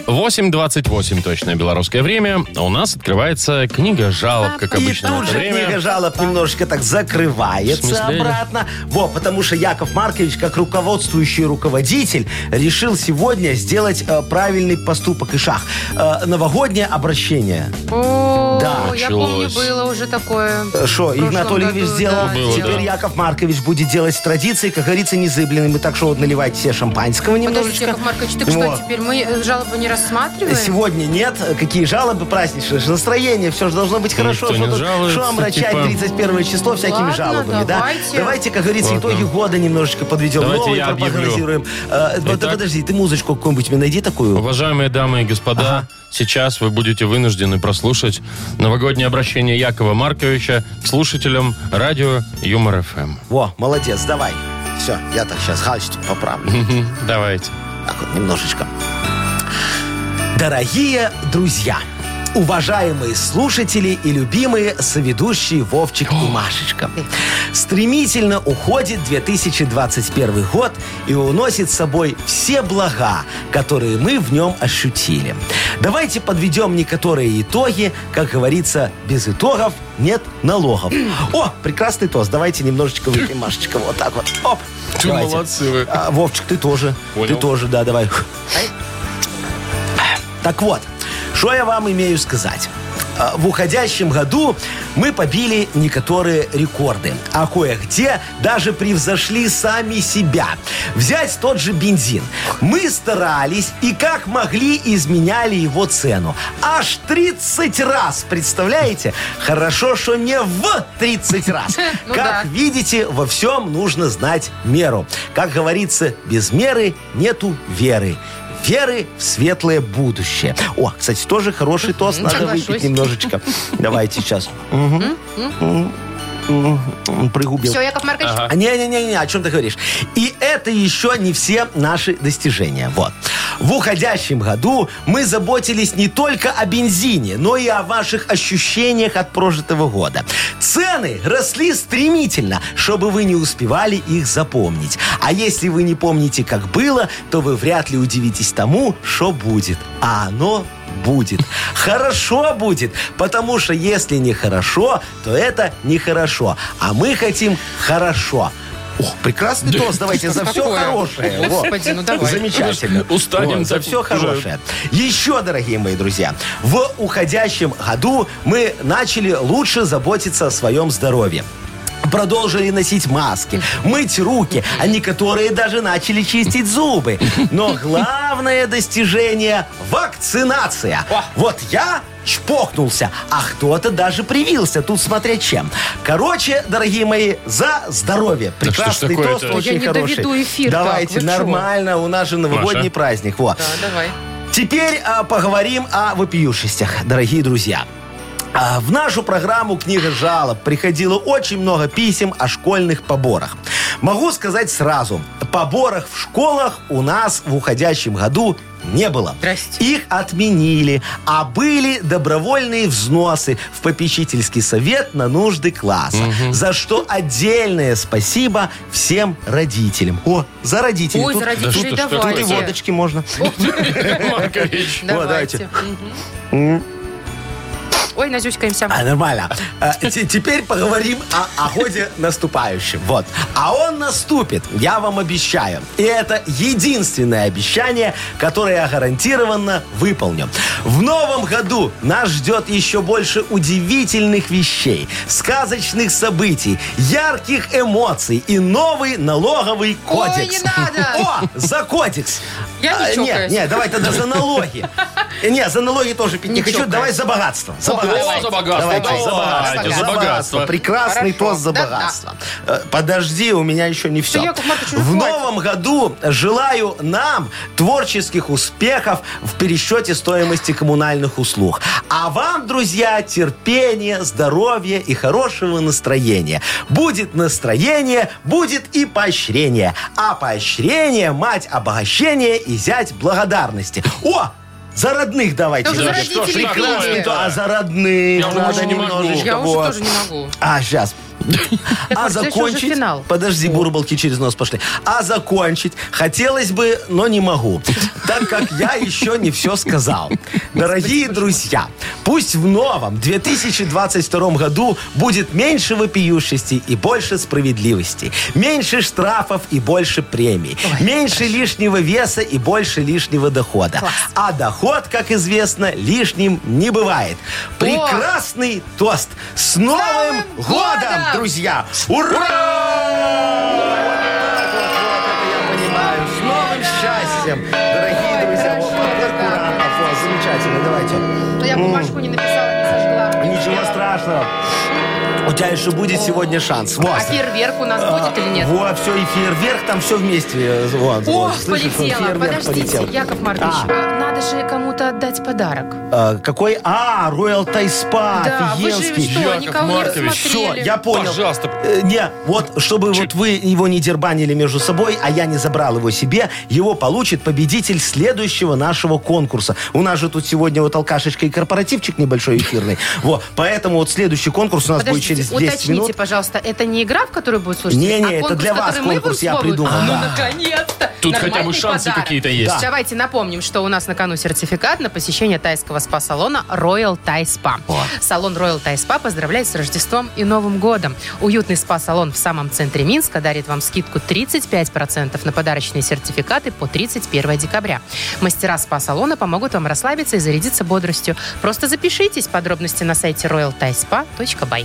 8.28 точное белорусское время. А У нас открывается книга жалоб, как И обычно. в тут это же книга время. жалоб немножечко так В закрывается смысле? обратно. Во, потому что Яков Маркович, как руководствующий руководитель, решил сегодня сделать э, правильный поступок и шаг. Э, новогоднее обращение. О, Да, я помню, началось. было уже такое. Э, Что, В прошлом Игнатольевич году, сделал? да, Было, Теперь да. Яков Маркович будет делать традиции, как говорится, незыблемыми. Так что вот наливайте себе шампанского Подождите, немножечко. Яков Маркович, так что Вот. теперь мы э, жалобы не рассматриваем? Э, Сегодня нет. Какие жалобы праздничные? же Настроение, все же должно быть хорошо. Никто не Что тут- жалуется, что омрачать типа. 31 число всякими Ладно, жалобами, давайте. да? Давайте, как говорится, Ладно. итоги года немножечко подведем. Давайте Новые я объявлю. пропагандируем. Э, вот Итак. Подожди, ты музычку какую-нибудь мне найди такую. Уважаемые дамы и господа, сейчас вы будете вынуждены прослушать новогоднее обращение Якова Марковича к слушателям радио Юмор ФМ. Во, молодец, давай. Все, я так сейчас галстук поправлю. Давайте. Так вот, немножечко. Дорогие друзья, уважаемые слушатели и любимые соведущие Вовчик и Машечка. Стремительно уходит 2021 год и уносит с собой все блага, которые мы в нем ощутили. Давайте подведем некоторые итоги, как говорится, без итогов нет налогов. О, прекрасный тост. Давайте немножечко выпьем, Машечка, вот так вот. Оп. Ты Давайте. молодцы вы. А, Вовчик, ты тоже. Понял. Ты тоже, да, давай. Так вот, что я вам имею сказать? А, В уходящем году мы побили некоторые рекорды, а кое-где даже превзошли сами себя. Взять тот же бензин. Мы старались и как могли изменяли его цену. Аж 30 раз, представляете? Хорошо, что не в 30 раз. Ну да. Как видите, во всем нужно знать меру. Как говорится, без меры нету веры. Веры в светлое будущее. О, кстати, тоже хороший тост. Надо Соглашусь. выпить немножечко. Давайте сейчас. Мгм. Мгм. М, Пригубил. Все, Яков Маркович, Ага. А, Не-не-не, о чем ты говоришь? И это еще не все наши достижения. Вот. В уходящем году мы заботились не только о бензине, но и о ваших ощущениях от прожитого года. Цены росли стремительно, чтобы вы не успевали их запомнить. А если вы не помните, как было, то вы вряд ли удивитесь тому, что будет. А оно будет. Хорошо будет, потому что если не хорошо, то это нехорошо. А мы хотим хорошо. Ох, прекрасный тост, давайте за все Какое? хорошее. Вот. Господи, ну давай. Замечательно. Устанем Вот, за так все уже. хорошее. Еще, дорогие мои друзья, в уходящем году мы начали лучше заботиться о своем здоровье. Продолжили носить маски, мыть руки, а некоторые даже начали чистить зубы. Но главное достижение – вакцинация. Вот я чпокнулся, а кто-то даже привился. Тут смотря чем. Короче, дорогие мои, за здоровье. Да что ж Прекрасный такое-то? тост, очень Я не хороший. доведу эфир так, Давайте, вы чё? нормально, у нас же новогодний Маша. праздник. Вот. Да, давай. Теперь а, поговорим о вопиюшестях, дорогие друзья. А, В нашу программу «Книга жалоб» приходило очень много писем о школьных поборах. Могу сказать сразу, поборах в школах у нас в уходящем году не было. Здрасте. Их отменили, а были добровольные взносы в попечительский совет на нужды класса. За что отдельное спасибо всем родителям. О, за родителей. Ой, Тут- за что ж родителей такое? Тут и давайте. водочки можно. Маркович. Давайте. Мгм. Ой, Назюська им сама. А, нормально. А, те- теперь поговорим о, о ходе наступающем. Вот. А он наступит, я вам обещаю. И это единственное обещание, которое я гарантированно выполню. В новом году нас ждет еще больше удивительных вещей, сказочных событий, ярких эмоций и новый налоговый Ой, не кодекс. надо! О, за кодекс! Я не А, чокаюсь. Нет, нет, давай тогда за налоги. Не, за налоги тоже пить не Не хочу. чокаюсь. Давай за богатство. За О, богатство. за богатство, Давайте, давайте, за богатство. за За богатство. богатство. Прекрасный Хорошо. тост за Да-да. богатство. Э, Подожди, у меня еще не все. Яков Маркович, уже В хватит. новом году желаю нам творческих успехов в пересчете стоимости коммунальных услуг. А вам, друзья, терпения, здоровья и хорошего настроения. Будет настроение, будет и поощрение. А поощрение – мать обогащения и зять благодарности. О! За родных давайте. Да уже Ну, за немножко. что ж родителей такое? пили. Да. А за родных Я уже надо больше не могу. немножечко. Я уже вот. тоже не могу. А, сейчас. А Маркович, это уже закончить... финал. Подожди, бурбалки через нос пошли. А закончить хотелось бы, но не могу, так как я еще не все сказал. Дорогие друзья, пусть в новом 2022 году будет меньше вопиющести и больше справедливости, меньше штрафов и больше премий, меньше лишнего веса и больше лишнего дохода. А доход, как известно, лишним не бывает. Прекрасный тост! С Новым Новым годом! годом, друзья! Ура! Вот это я понимаю. С новым счастьем, дорогие друзья. Вот, вот, вот, ура. Вот, Замечательно, давайте. Но я бумажку не написала, не сожгла. Ничего А страшного. У тебя еще будет сегодня шанс. Вот. А фейерверк у нас будет или нет? Во, все, и фейерверк, там все вместе. э, Вот, О, вот. Слышишь, вот полетела. фейерверк Подождите, полетел. Яков Маркович, А. а надо же кому-то отдать подарок. Э, какой? А, Royal Thai Spa, да, вы же офигенский. что, Яков никого не Маркович, Все, рассмотрели. я понял. Пожалуйста. Э, Не, вот чтобы вот вы его не дербанили между собой, а я не забрал его себе, его получит победитель следующего нашего конкурса. У нас же тут сегодня вот алкашечка и корпоративчик небольшой эфирный. Вот, поэтому вот следующий конкурс у нас будет Подождите, через 10 уточните, минут. пожалуйста, это не игра, в которую будет слушать? а Не-не, это для вас конкурс, я придумал, Ну, да. наконец-то! Тут хотя бы Нормальный шансы подарок. какие-то есть. Да. Давайте напомним, что у нас на кону сертификат на посещение тайского спа-салона Royal Thai Spa. Салон Royal Thai Spa поздравляет с Рождеством и Новым годом. Уютный спа-салон в самом центре Минска дарит вам скидку 35% на подарочные сертификаты по 31 декабря. Мастера спа-салона помогут вам расслабиться и зарядиться бодростью. Просто запишитесь. Подробности на сайте royalthaispa.by.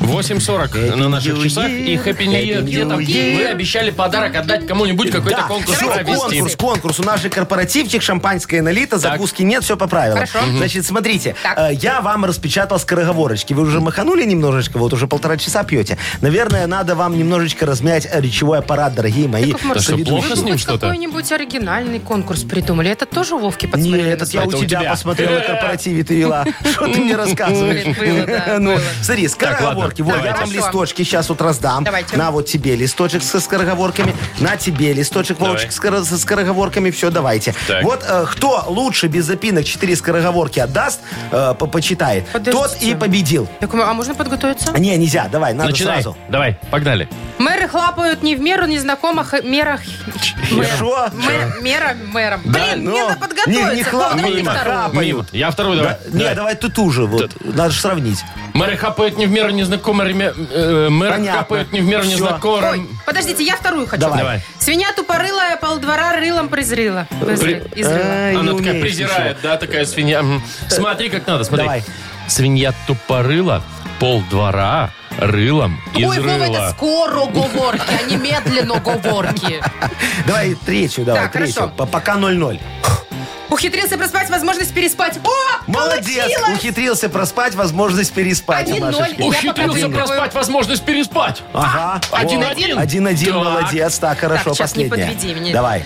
8.40 на наших New часах. И Year, Happy New Year. Happy Где New там? Year. Вы обещали подарок отдать кому-нибудь, какой-то Да, конкурс всё, провести. конкурс, конкурс. У нас же корпоративчик, шампанское налито, закуски нет, все по правилам. Хорошо. Мгм. Значит, смотрите, Так. э, я вам распечатал скороговорочки. Вы уже маханули немножечко, вот уже полтора часа пьете. Наверное, надо вам немножечко размять э, речевой аппарат, дорогие мои Яков Маркович, Да что, соведущие. плохо вы с ним хоть что-то? какой-нибудь оригинальный конкурс придумали. Это тоже у Вовки Не, подсмотрели? этот я Это у у тебя тебя. посмотрел на корпоративе, ты вела. Что ты мне рассказываешь? Было, да, Ну, было. смотри, скороговорки. Вот, я давайте. вам Хорошо. листочки сейчас вот раздам. Давайте. На вот тебе листочек со скороговорками. На тебе листочек, Давай. Вовчик, скоро- со скороговорками. Все, давайте. Так. Вот э, кто лучше без запинок 4 скороговорки отдаст, э, по- почитает, тот Подождите. и победил. Так, а можно подготовиться? Не, нельзя, давай, надо Начинай. сразу. Давай, погнали. Мэры хлапают не в меру незнакомых мерах... Хорошо. Мэр- Мера мэром. Да, Блин, ну, мне надо не- подготовиться. не Кто хлапай, вдруг не второй? храп. Поют. Мимо. Я вторую давай. Не, давай тут уже, вот. Надо же сравнить. Мэр хапает не в меру незнакомым... Мэр Понятно. хапает не в меру Всё. Ой, незнакомым... подождите, я вторую хочу. Давай. Давай. Свинья тупорылая полдвора рылом презрела. Презрела. Изрыла. Ай, Она не такая умеешь презирает, да, такая свинья. Мгм. Смотри, как надо, смотри. Давай. Свинья тупорыла, пол двора рылом Ой, Вова, это изрыла. скоро говорки, а не медленно говорки. еще. Давай третью, давай, Так, третью. хорошо. По- Пока 0-0. Ухитрился проспать возможность переспать. О, Молодец! получилось! Ухитрился проспать возможность переспать. 1-0. Машечка. Я Ухитрился пока А, проспать возможность переспать. Ага. Один вот. один. Один-один, Так. молодец. Так, хорошо, сейчас не последняя. подведи меня. Давай.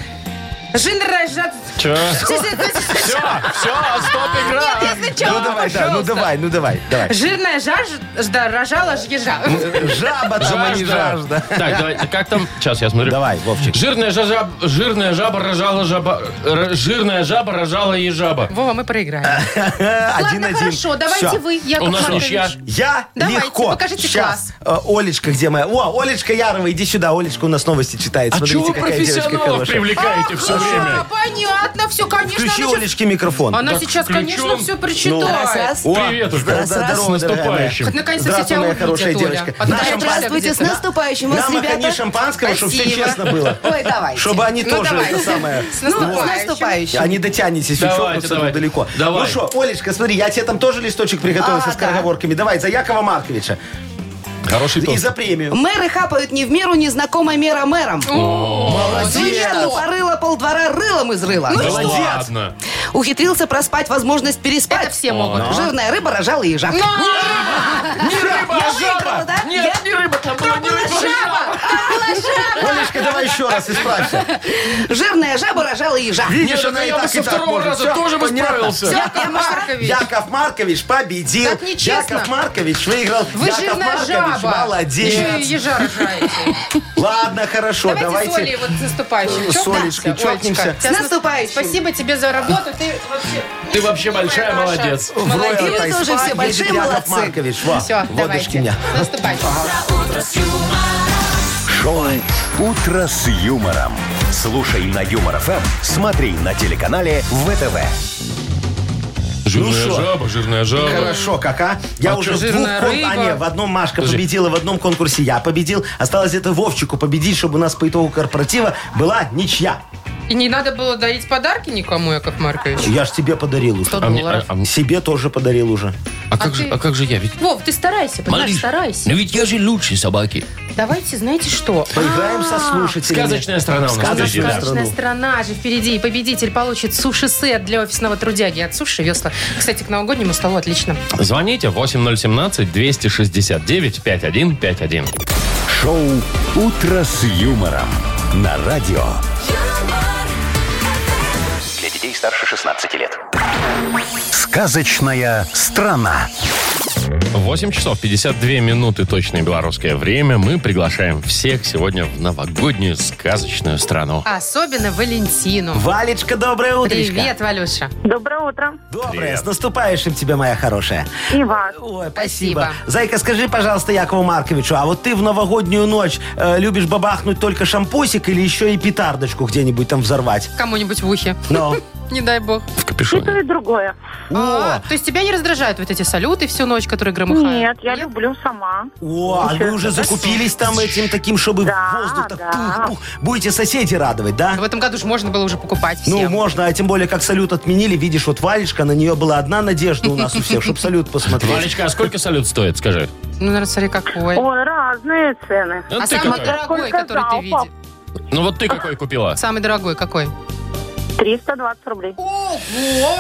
Жин рожат... Че? Все, все, Все, все, стоп игра. Нет, я сначала, ну давай, да, ну пожалуйста. давай, ну давай, давай. Жирная жаж... да, рожала ж ежа. Ну. Жаба там, а не жажда. Так, давай, как там? Сейчас я смотрю. Давай, Вовчик. Жирная жаба, жирная жаба рожала жаба, р- жирная жаба рожала и жаба. Вова, мы проиграем. Ладно, Один-один. хорошо, давайте Всё. вы, Яков У нас Маркович. ничья. Я Давайте, легко. покажите Сейчас. Олечка, где моя? О, Олечка Ярова, иди сюда. Олечка у нас новости читает. А Смотрите, чего вы какая девочка профессионалов хорошая. привлекаете все Ага, время? понятно, все, конечно. Включи она щас- Олечке микрофон. Она Так Ну, сейчас, ключом. конечно, все Раз, прочитает. раз. О, Привет, Ушка. да, да, Раз, раз. здорово, С дорогая моя. наступающим. Хоть наконец-то все Здравствуй, тебя моя увидят, хорошая Оля. девочка. А то Наша я Марк- Здравствуйте, с где-то. наступающим вас, Нам ребята. охрани шампанского, чтобы все Спасибо. честно было. Ой, давайте. Чтобы они Ну, тоже давайте. это самое. С Ну, с наступающим. наступающим. А не дотянетесь, вы Давайте, чокнутся там давайте. далеко. Давай. Ну что, Олечка, смотри, я тебе там тоже листочек приготовил А, со да. скороговорками. Давай, за Якова Марковича. Хороший И тон. за премию. Мэры хапают не в меру незнакомая мера мэром. Свинья порыла полдвора рылом изрыла. Да молодец. ладно. Ухитрился проспать возможность переспать. Это все Ну, могут. Жирная рыба рожала ежа. Не рыба, Я а выиграла, жаба. да? Нет, не рыба, там была не рыба, а жаба. Олечка, давай еще раз исправься. Жирная жаба рожала ежа. Видишь, Нет, она она и я бы так, и со так второго может. раза Всё, тоже бы понятно. справился. Яков Маркович. Яков Маркович победил. Так нечестно. Яков Маркович выиграл. Вы Яков жирная Маркович жаба. Еще и молодец. ежа рожаете. Ладно, хорошо, Давайте, с Олей давайте. вот с наступающим. С Олечкой Олечка, чокнемся. Олечка, тебя С наступающим. ну, Спасибо тебе за работу. Ты вообще... Ты вообще большая Наша. молодец. Молодец. Вроде так. Тайспа, тоже все едет большие Яков молодцы. Маркович, во, Все, водочки давайте. меня. С наступающим. А Шоу «Утро с юмором». Слушай на Юмор ФМ, смотри на телеканале ВТВ. Жирная Ну шо? жаба, жирная жаба. Хорошо, как, а? Я А уже чё, в двух жирная кон- рыба? А, нет, в одном Машка Подожди. победила, в одном конкурсе я победил. Осталось это Вовчику победить, чтобы у нас по итогу корпоратива была ничья. И не надо было дарить подарки никому, Яков Маркович. Я ж тебе подарил уже. 100 А мне- долларов. а- а мне- Себе тоже подарил уже. а как А же- ты- а как же я? Ведь Вов, ты старайся, понимаешь, Смотри, старайся. Но ведь я же лучше собаки. Давайте, знаете что? Поиграем со слушателями. Сказочная страна у нас Сказочная впереди, да. Ну. Сказочная страна. страна же впереди. И победитель получит суши-сет для офисного трудяги от Суши Весла. Кстати, к новогоднему столу отлично. Звоните 8017-269-5151. Шоу «Утро с юмором» на радио. Для детей старше 16 лет. Сказочная страна. 8 часов 52 минуты точное белорусское время. Мы приглашаем всех сегодня в новогоднюю сказочную страну. А Особенно Валентину. Валечка, доброе утречко. Привет, Валюша. Доброе утро. Доброе, Привет. с наступающим тебя, моя хорошая. И вас. Ой, Спасибо. спасибо. Зайка, скажи, пожалуйста, Якову Марковичу, а вот ты в новогоднюю ночь э, любишь бабахнуть только шампусик или еще и петардочку где-нибудь там взорвать? Кому-нибудь в ухе. Ну, не дай бог. в капюшоне. и другое. А, то есть тебя не раздражают вот эти салюты всю ночь, которые громыхают? Нет, я люблю сама. О, а вы уже закупились там этим таким, чтобы Да, воздух так да. пух, пух. Будете соседей радовать, да? В этом году же можно было уже покупать Ну, всем. можно, а тем более, как салют отменили, видишь, вот Валечка, на нее была одна надежда у нас у всех, чтобы салют посмотреть. Валечка, а сколько салют стоит, скажи? Ну, наверное, смотри, какой. Ой, разные цены. Ну, а ты самый какой? дорогой, Сколько который ты залпом? видел? Ну вот ты какой купила? Самый дорогой какой? 320 рублей.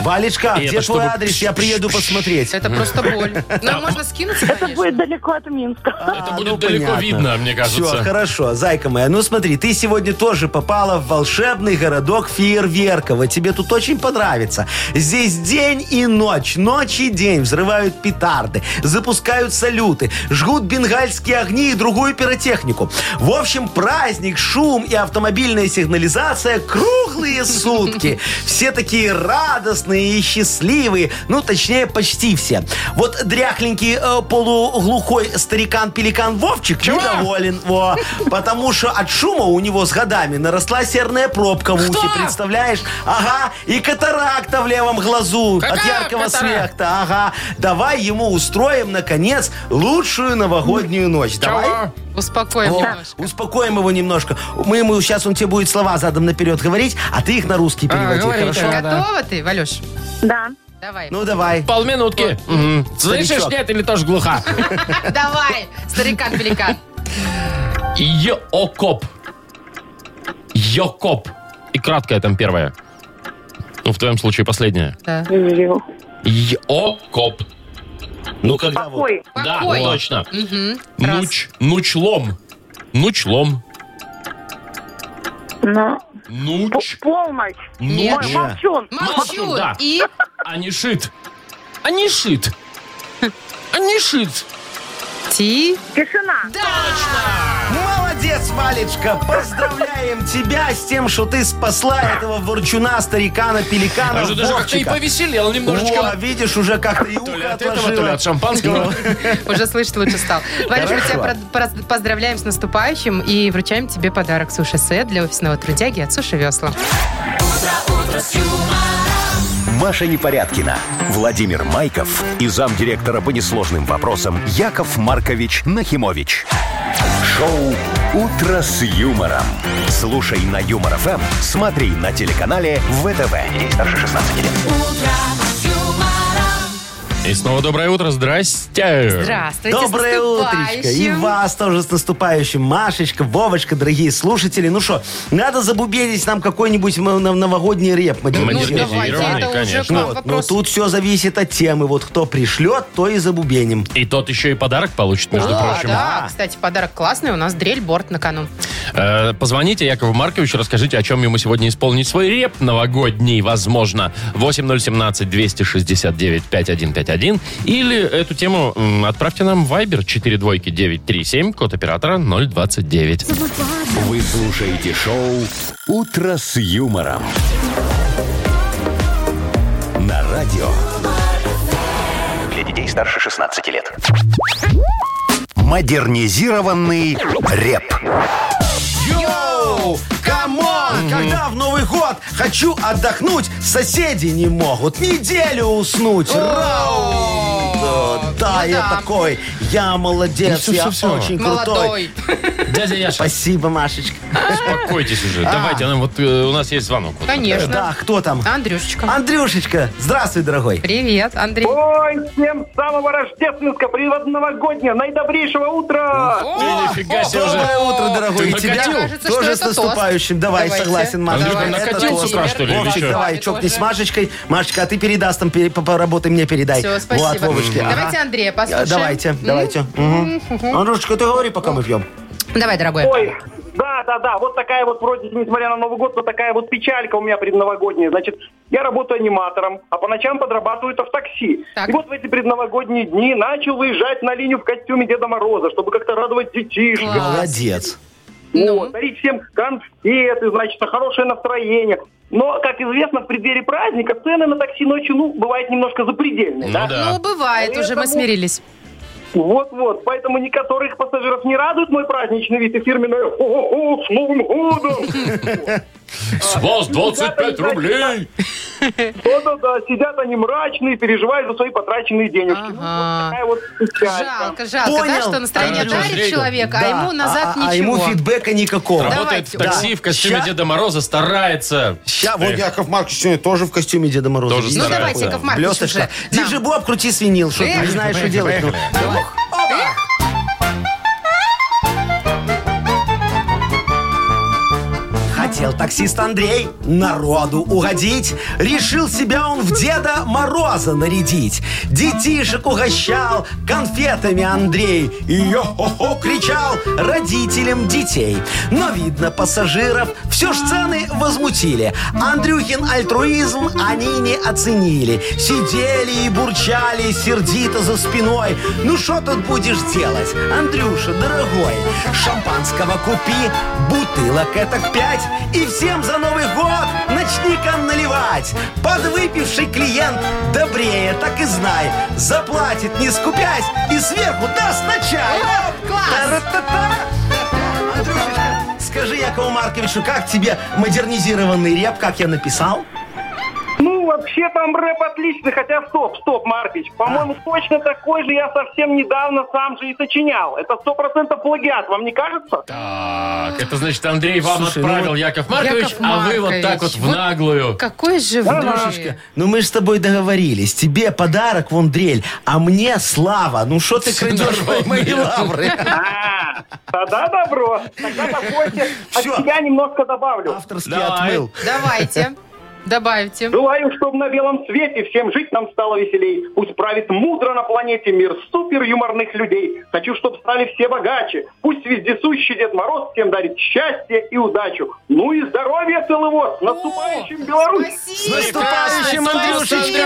Валечка, И где это твой чтобы- адрес? Я приеду посмотреть. Это просто боль. Нам можно скинуться, Это будет конечно. далеко от Минска. А. А, Это будет далеко видно, мне кажется. Все, ну, хорошо, зайка моя. Ну смотри, ты сегодня тоже попала в волшебный городок Фейерверково. Тебе тут очень понравится. Здесь день и ночь, ночь и день взрывают петарды, запускают салюты, жгут бенгальские огни и другую пиротехнику. В общем, праздник, шум и автомобильная сигнализация круглые сутки. Все такие радостные и счастливые. Ну, точнее, почти все. Вот дряхленький э, полуглухой старикан-пеликан Вовчик недоволен. Во. Потому что от шума у него с годами наросла серная пробка в ухе, представляешь? Ага, и катаракта в левом глазу от Какая яркого катаракта? смеха. Ага, давай ему устроим, наконец, лучшую новогоднюю ночь. Давай. Успокоим Во, немножко. Успокоим его немножко. Мы ему сейчас он тебе будет слова задом наперед говорить, а ты их на русский переводи, хорошо? Готова ты, Валюш? Да. Давай. Ну давай. Полминутки. Мгм. Слышишь, Старичок. нет, или тоже глуха? Давай, старикан-великан. Йокоп. Йокоп. И краткая там первая. Ну, в твоем случае последняя. Да. Ё. Йокоп. Ну когда вот. Ой, Да, Покой. точно. Мгм. Раз. Нуч, нучлом. Нучлом. ну, п- Нуч. полночь. Нуч. Ой, молчун. Молчу. Да. И А Анишит. А Анишит. А Анишит. ти. Тишина. Молодец, Валечка! Поздравляем тебя с тем, что ты спасла этого ворчуна, старикана, пеликана, Он же даже как-то и Вовчика. повеселел О, немножечко. видишь, уже как-то и То ли ухо от этого, то ли отложила. от шампанского. Уже слышать лучше стал. Валюш, мы Хорошо. тебя про- про- поздравляем с наступающим и вручаем тебе подарок суши-сет для офисного трудяги от Суши Весла. Маша Непорядкина, Владимир Майков и замдиректора по несложным вопросам Яков Маркович Нахимович. Шоу «Утро с юмором». Слушай на Юмор ФМ, смотри на телеканале ВТВ. Ей старше 16 лет. И снова доброе утро. Здрасте. Здравствуйте, Доброе с утречко. И наступающим. вас тоже с наступающим. Машечка, Вовочка, дорогие слушатели. Ну что, надо забубелить нам какой-нибудь м- м- новогодний реп. Ну, модернизированный. давайте, это уже к конечно. вам Вот, но вопрос. тут все зависит от темы. Вот кто пришлет, то и забубеним. И тот еще и подарок получит, между А, прочим. да, кстати, подарок классный. У нас дрель-борт на кону. Э, Позвоните Якову Марковичу, расскажите, о чем ему сегодня исполнить свой реп новогодний, возможно. 8017-269-5151. Или эту тему м, отправьте нам в Viber 42937, код оператора 029. Вы слушаете шоу «Утро с юмором». На радио Для детей старше 16 лет. «Модернизированный реп». Йоу! Камон! Когда в Новый год хочу отдохнуть, соседи не могут неделю уснуть. Рау! Да, Да, Ну я да. такой. Я молодец, Ну, всё, я всё, всё. очень крутой. Молодой. Дядя Яша, Спасибо, Машечка. успокойтесь уже. Давайте, нам вот э, у нас есть звонок. Вот. Да, А. Конечно. кто там? Андрюшечка. Андрюшечка, здравствуй, дорогой. Привет, Андрей. Ой, всем самого рождественского, предновогоднего, наидобрейшего утра! Ты нифига себе уже. Доброе утро, Ты дорогой. И тебя накатил? Кажется, что тоже это с тост. наступающим. Давай, Давайте. согласен, Машечка. Андрюшка, это накатил тост. с утра, что ли, или Вовчик, чё? давай, чокнись с Машечкой. Машечка, а ты передаст там, пере- по- поработай мне, передай. Все, спасибо. Вот, Вовочке. ага. Давайте Андрея послушаем. А, Давайте, М? давайте. Мгм. Андрюшечка, ты говори, пока мы пьем. Давай, дорогой. Ой, да, да, да, вот такая вот вроде, несмотря на Новый год, вот такая вот печалька у меня предновогодняя. Значит, я работаю аниматором, а по ночам подрабатываю это в такси. Так. И вот в эти предновогодние дни начал выезжать на линию в костюме Деда Мороза, чтобы как-то радовать детишек. Класс. Молодец. Ну. Вот, дарить всем конфеты, значит, хорошее настроение. Но, как известно, в преддверии праздника цены на такси ночью, ну, бывают немножко запредельные. Ну да? да. Ну, бывает уже, мы Поэтому- смирились. Вот-вот, поэтому некоторых пассажиров не радует мой праздничный вид и фирменное «Хо-хо-хо, с Новым годом!» С ну, вас 25 рублей! Да-да-да, сидят они мрачные, переживают за свои потраченные денежки. Ну, вот Ага. такая вот печалька. Жалко, жалко, да, Понял. что настроение Короче, дарит среднем. человека, а Да, ему назад а- а ничего. ему фидбэка никакого. Да. Работает в Давайте. такси, в костюме Ща- Деда Мороза, старается. Ща, вот Яков Маркович сегодня тоже в костюме Деда Мороза. Тоже Видите, Ну стараюсь. какой давайте, Да. он? Яков Маркович, Блесточка. уже нам. Диджей Боб, крути свинил, что ты Эх. не знаешь, что делать. ну. Хотел таксист Андрей народу угодить. Решил себя он в Деда Мороза нарядить. Детишек угощал конфетами Андрей. И йо-хо-хо кричал родителям детей. Но, видно, пассажиров все ж цены возмутили. Андрюхин альтруизм они не оценили. Сидели и бурчали сердито за спиной. Ну, что тут будешь делать, Андрюша, дорогой? Шампанского купи, бутылок этак пять, и всем за Новый год начни-ка наливать. Подвыпивший клиент добрее, так и знай, заплатит, не скупясь, и сверху даст на чай. О, класс! Та-ра-та-та. Андрюшечка, скажи Якову Марковичу, как тебе модернизированный реп, как я написал? Ну, вообще там рэп отличный, хотя стоп, стоп, Маркич. По-моему, точно такой же я совсем недавно сам же и сочинял. Это сто процентов плагиат, вам не кажется? Так, это значит, Андрей вам Слушай, отправил ну- Яков Маркович, Яков а вы вот Маркович, так вот в вот наглую. Какой же вы. Машечка, ну мы же с тобой договорились. Тебе подарок, вон дрель, а мне слава. Ну что ты крадешь мои лавры? А, тогда добро. Тогда давайте от Всё. себя немножко добавлю. Авторский Давай. отмыл. Давайте. Добавьте. Желаю, чтобы на белом свете всем жить нам стало веселей. Пусть правит мудро на планете мир супер юморных людей. Хочу, чтобы стали все богаче. Пусть вездесущий Дед Мороз всем дарит счастье и удачу. Ну и здоровья целого. С наступающим, Беларусь! С наступающим, Спасибо, Андрюшечка!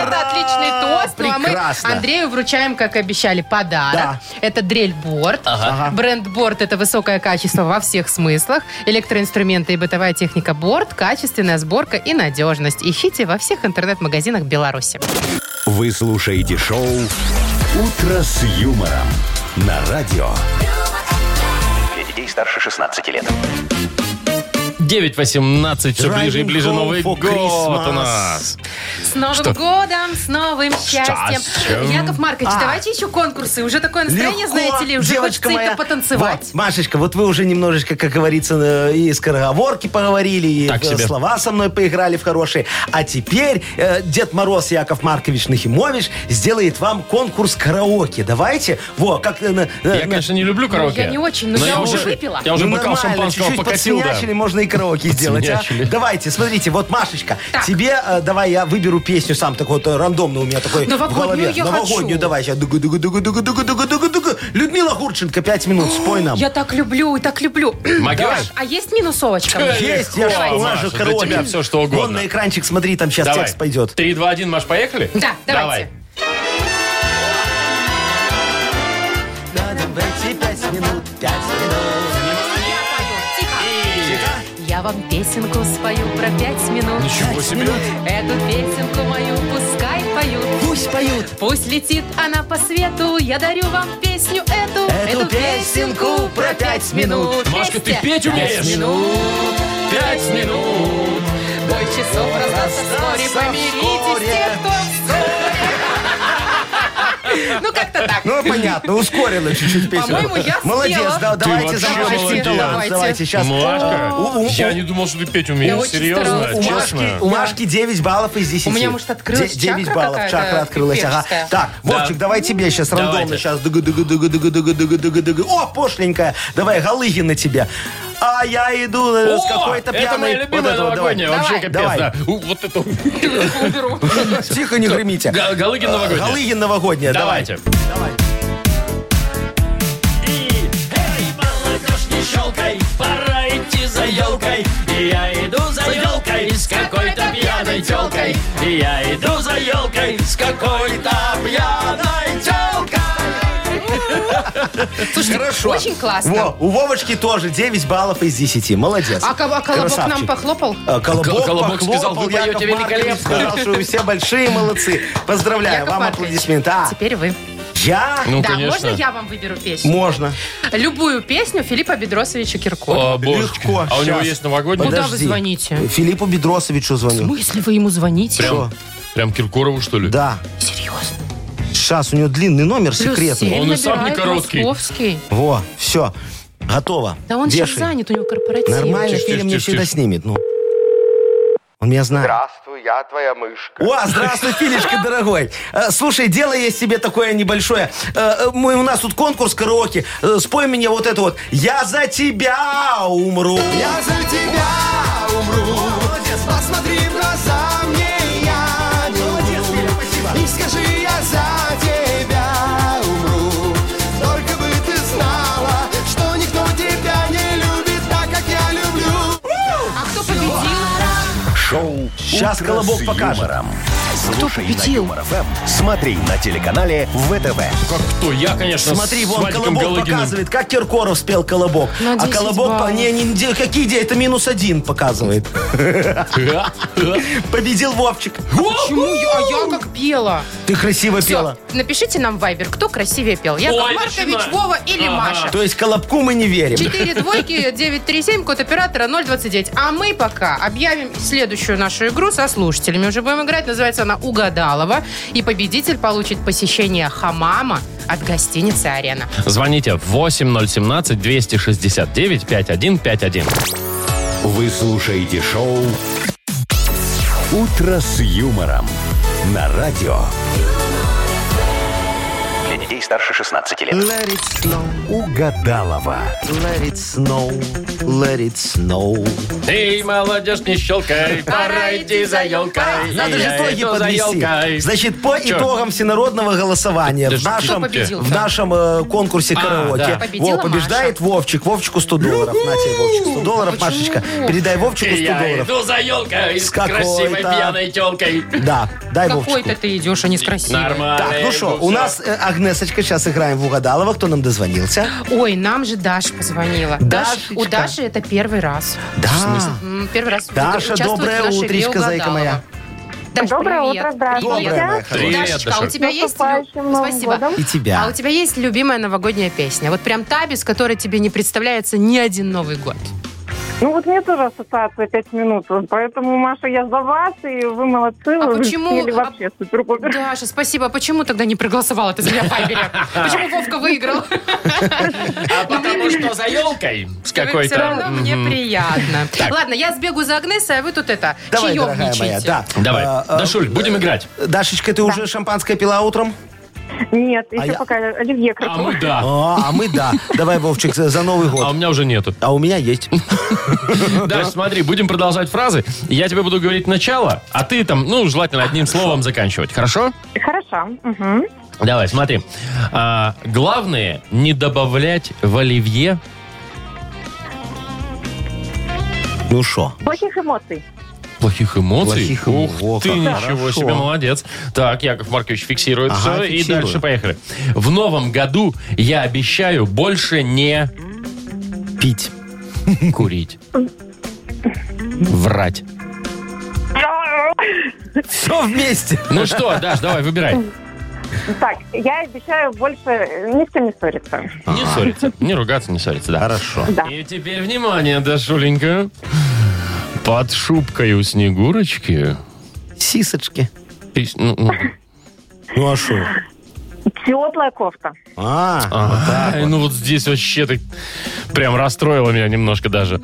Это отличный тост. Ну, а мы Прекрасно. Андрею вручаем, как и обещали, подарок. Да. Это дрель-борт. Бренд-борт – это высокое качество во всех смыслах. Электроинструменты и бытовая техника борт, качественная сборка и надежность. Ищите во всех интернет-магазинах Беларуси. Вы слушаете шоу «Утро с юмором» на радио. Для детей старше 16 лет. 9.18, все Driving ближе и ближе home Новый for год у Christmas. нас. С Новым годом, с новым счастьем. Счастьем. Яков Маркович, давайте еще конкурсы. Уже такое настроение, Легко, знаете ли, уже девочка хочется и моя. потанцевать. Вот, Машечка, вот вы уже немножечко, как говорится, э, и скороговорки поговорили, и Так в, э, себе. слова со мной поиграли в хорошие. А теперь э, Дед Мороз Яков Маркович Нахимович сделает вам конкурс караоке. Давайте. Во, как... э, на- на- Я, конечно, не люблю караоке. Ну, Я не очень, но я уже выпила. Я уже ну, бокал нормально, шампанского чуть-чуть покатил, да. подсмеячили, можно и караоке сделать. а. Подсмеячили. Давайте, смотрите, вот Машечка, Так. тебе, э, давай я выберу песню сам, так вот э, рандомно у меня такой в Новогоднюю голове. я Новогоднюю хочу. давай сейчас. Людмила Гурченко, пять минут, спой нам. Я так люблю, и так люблю. Могешь? А есть минусовочка? Чё? Есть, я Легко, ж Маша, улажу для караоке. тебя всё, что угодно. Вон на экранчик смотри, там сейчас Давай. текст пойдет. 3, 2, 1, Маш, поехали? Да, давайте. Надо пройти пять минут, пять минут. Я вам песенку спою про пять минут. Ничего себе. Эту песенку мою пускай поют. Пусть поют. Пусть летит она по свету, я дарю вам песню эту. Эту песенку про пять минут. Машка, ты Песня. петь умеешь? Пять минут, Пять минут. бой часов раздастся вскоре, Раздастся помиритесь вскоре. те, кто вскоре. Ну, как-то так. Ну, понятно, ускорила чуть-чуть песню. По-моему, я спела. Молодец, да, Ты давайте вообще замажем. молодец. Давайте, Давайте, сейчас. Машка, У- у- я у- не думал, что ты петь умеешь. очень Серьезно, старалась. У Машки, честно. у Машки 9 баллов из 10. У меня, может, открылась 9 чакра баллов, какая-то чакра открылась. Ага. пиперская. Так, Вовчик, давай тебе сейчас рандомно. Давайте. Сейчас. О, пошленькая. Давай, Галыгина тебе. А я иду э, с О, какой-то Это пьяной... моя любимая это вот, давай. новогодняя. Вообще капец, Давай. Давай. да. У, Вот это... Уберу. Тихо, не гремите. Га- Галыгин новогодняя. Галыгин новогодняя. Давай. Давайте. Давай. Пора идти за елкой, и я иду за елкой с какой-то пьяной телкой. И я иду за елкой с какой-то пьяной Слушайте, Хорошо. очень классно. Во, у Вовочки тоже 9 баллов из 10. Молодец. А, кол- а колобок Красавчик. нам похлопал? А, Колобок, К- Колобок похлопал, сказал, вы Яков поете Маркович великолепно. сказал, что вы все большие молодцы. Поздравляю, Яков Э, вам Маркович, аплодисменты. А, Теперь вы. Нельзя? Ну, да, конечно. можно я вам выберу песню? Можно. Любую песню Филиппа Бедросовича Киркорова. О, божечки. Легко, А у него щас. есть новогодний? Куда Подожди. вы звоните? Филиппу Бедросовичу В звоню. смысле вы ему звоните? Прям, прям Киркорову, что ли? Да. Серьезно? Сейчас, у него длинный номер Плюс секретный. семь Он и сам не набирает короткий. Московский. Во, все. Готово. Да он сейчас Вешай. занят, у него корпоратив. Нормально, Тише, Филя тише, мне тише, всегда тише. снимет. Ну. Он меня знает. Здравствуй, я твоя мышка. О, здравствуй, Филишка, дорогой. Э, Слушай, дело есть себе такое небольшое. Э, э, Мы, у нас тут конкурс караоке. Э, Спой мне вот это вот. Я за тебя умру. Я за тебя умру. Посмотри в глаза мне, я Молодец, И скажи, я за тебя умру. Только бы ты знала, что никто тебя не любит так, как я люблю. А кто победил? Шоу Щас «Утро Колобок с покажет». юмором. Слушай на победил? Юмор ФМ, смотри на телеканале ВТВ. Как кто? Я, конечно, Смотри, с вон Вадиком Колобок Галыгиным. показывает, как Киркоров спел Колобок. На а 10 Колобок по баллов. не, не, не- какие идеи? Это минус один показывает. Победил Вовчик. Почему я? А я как пела. Ты красиво пела. Все, напишите нам в Вайбер, кто красивее пел. Я Ой, Маркович, начинаем. Вова или Ага. Маша. То есть Колобку мы не верим. Четыре двойки, 937, код оператора 029. А мы пока объявим следующую нашу игру со слушателями. Уже будем играть. Называется она «Угадалова». И победитель получит посещение хамама от гостиницы «Арена». Звоните 8017-269-5151. Вы слушаете шоу «Утро с юмором» на радио. Для детей старше 16 лет. Let it snow, Угадалова. let it snow, let it snow. Эй, молодежь, не щелкай, пора идти за елкой. Надо же Я итоги иду за подвести. елкой. Значит, по Чё? итогам всенародного голосования в Подожди, нашем, Кто победил? в нашем э, конкурсе караоке А, да. Победила Во, побеждает Вовчик. Вовчику 100 долларов. На тебе, Вовчик, 100 долларов. Машечка, передай Вовчику 100 Я долларов. иду за елкой с С какой-то- красивой пьяной телкой. Да, дай Вовчику. Какой-то ты идешь, а не с красивой. Нормально. Так, ну что, у нас э, Агнесочка, сейчас играем в Угадалова. Кто нам дозвонился? Ой, нам же Даша позвонила. Даш, Дашечка. у Даши это первый раз. Да. М, Первый раз Даша, участвует в доброе нашей игре утречко, зайка «Угадалова». моя. Даш, Доброе привет. утро, здравствуйте. Привет. Доброе, моя хорошая. Привет, Дашечка, а у Дашуль. тебя есть... Наступающим Новым Спасибо. годом. И тебя. А у тебя есть любимая новогодняя песня? Вот прям та, без которой тебе не представляется ни один Новый год. Ну вот мне тоже ассоциация пять минут, поэтому, Маша, я за вас, и вы молодцы. А вы почему- спели а- вообще супер-пупер. Даша, спасибо. А Почему тогда не проголосовала ты за меня в Вайбере? Почему Вовка выиграл? А потому что за елкой с Все равно какой-то... мне Мгм. приятно. Так. Ладно, я сбегу за Агнесой, а вы тут это, Давай, дорогая моя, чаевничайте. да. Давай, А, а, Дашуль, будем играть. Дашечка, ты уже шампанское пила утром? Нет, еще я- пока Оливье А Красова. мы да. А, а мы да. Давай, Вовчик, за за Новый А у год. меня уже нету. А у меня есть. Даш, смотри, будем продолжать фразы. Я тебе буду говорить начало, а ты там, ну, желательно одним словом заканчивать. Хорошо? Хорошо. мгм. Давай, смотри. А, главное, не добавлять в оливье Ну шо? Плохих эмоций. плохих эмоций. Плохих Ух эмоций. ты, Во, как ничего хорошо. себе, молодец. Так, Яков Маркович фиксирует Ага, все, и фиксирую. дальше поехали. В новом году я обещаю больше не Пить. курить. Врать. Все вместе. Ну что, Даш, давай, выбирай. Так, я обещаю больше ни с кем не ссориться. Не ссориться. Не ругаться, не ссориться, да. Хорошо. Да. И теперь внимание, Дашуленька. Под шубкой у Снегурочки... Сисочки. Ты- ну, ну, Ну а что? Теплая кофта. А, вот а, так вот. Ну вот здесь вообще ты прям расстроила меня немножко даже.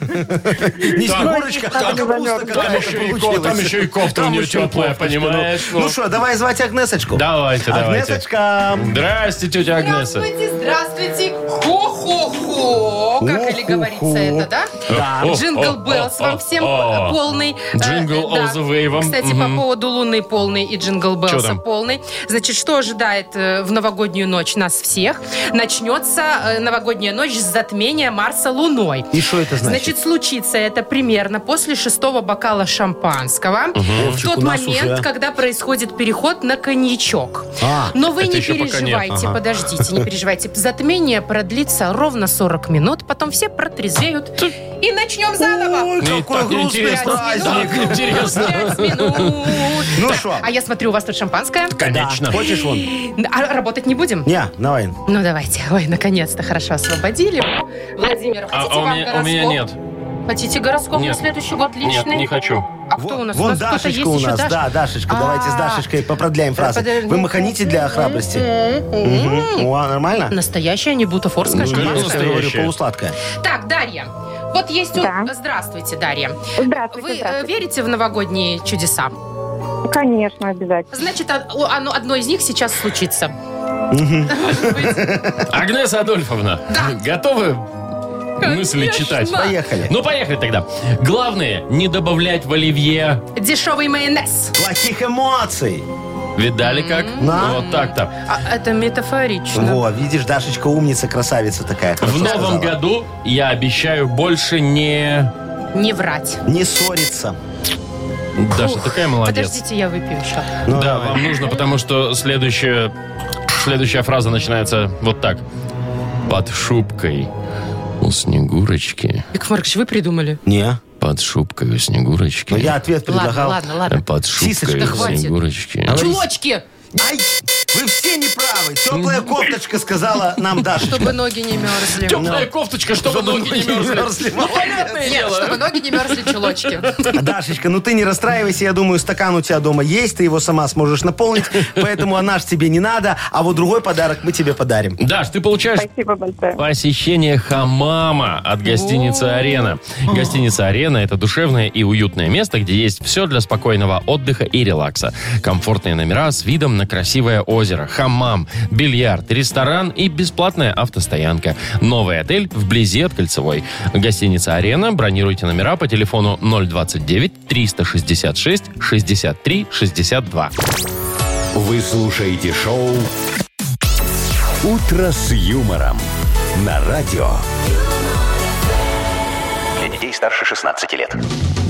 Не Снегурочка, а капуста Там какая-то еще, и, ко- там получилась. еще и кофта у Там нее еще и теплая, кофточка, понимаешь? Ну что, давай звать Агнесочку. Давайте, давайте. Агнесочка. Здрасте, тетя Агнеса. Здравствуйте, здравствуйте. Хо-хо-хо. Как или Хо-хо-хо. говорится это, да? Да. О, Джингл о, Беллс о, вам всем о. э, полный. Э, Джингл да. all the way вам. Кстати, Мгм. по поводу Луны полный и Джингл Чё Беллса там? полный. Значит, что ожидает э, в новогоднюю ночь нас всех? Начнется э, новогодняя ночь с затмения Марса Луной. И что это значит? Значит, случится это примерно после шестого бокала шампанского. В Вовчик, тот у нас момент, уже. когда происходит переход на коньячок. А, Но вы это не еще пока переживайте, нет. Ага. подождите, не переживайте. Затмение продлится ровно 40 минут, потом все протрезвеют и начнем заново. Ой, Ну и какой так грустный интересно. праздник. Так интересно. Пять минут. Ну Так, что? А я смотрю, у вас тут шампанское. Конечно. Хочешь вон? А работать не будем? Не, давай. Ну, давайте. Ой, наконец-то хорошо освободили. Владимир, А, хотите а у, вам меня, у гороскоп? меня нет. Хотите гороскоп на Нет. следующий год Нет, личный? не хочу. А кто у нас? у Вон нас кто-то есть Дашечка у еще нас. Даша? Да, Дашечка, давайте с А. Дашечкой поправляем фразы. Подожди. Вы маханите для храбрости? М-м-м. Мгм. О, Ну, нормально? Настоящая, не бутафорская Ну, шампанское. конечно. говорю, настоящее. полусладкое. Так, Дарья. Вот есть... у- Да. Здравствуйте, Дарья. Здравствуйте, Вы э, здравствуйте. верите в новогодние чудеса? Конечно, обязательно. Значит, о- о- оно- одно из них сейчас случится. Агнеса Адольфовна, готовы мысли Конечно. читать? Поехали. Ну, поехали тогда. Главное, не добавлять в оливье. Дешевый майонез. Плохих эмоций. Видали как? Да. Вот так-то. А, это метафорично. Во, видишь, Дашечка умница, красавица такая. В хорошо новом сказала. году я обещаю больше не... Не врать. Не ссориться. Даша, Ух, такая молодец. Подождите, я выпью еще. Ну, Да, вам нужно, потому что следующая, следующая фраза начинается вот так. Под шубкой у Снегурочки. Яков Маркович, вы придумали. Не. Под шубкой у Снегурочки. Ну, я ответ Ладно, предлагал. ладно, ладно. Под Сисочка, шубкой у хватит. Снегурочки. Чулочки, Ай, вы все неправы. Теплая кофточка сказала нам чтобы Дашечка. ноги не мерзли. Теплая кофточка, чтобы ноги не мерзли. Мерзли. Понятное Нет, дело. чтобы ноги не мерзли, чулочки. Дашечка, ну ты не расстраивайся, я думаю, стакан у тебя дома есть, ты его сама сможешь наполнить, поэтому а наш тебе не надо, а вот другой подарок мы тебе подарим. Даш, ты получаешь Спасибо большое. Посещение хамама от гостиницы «Арена». Гостиница «Арена» — это душевное и уютное место, где есть все для спокойного отдыха и релакса. Комфортные номера с видом на красивое озеро, хамам, бильярд, ресторан и бесплатная автостоянка. Новый отель вблизи от Кольцевой. Гостиница «Арена». Бронируйте номера по телефону 029-366-63-62. Вы слушаете шоу «Утро с юмором» на радио. Для детей старше 16 лет.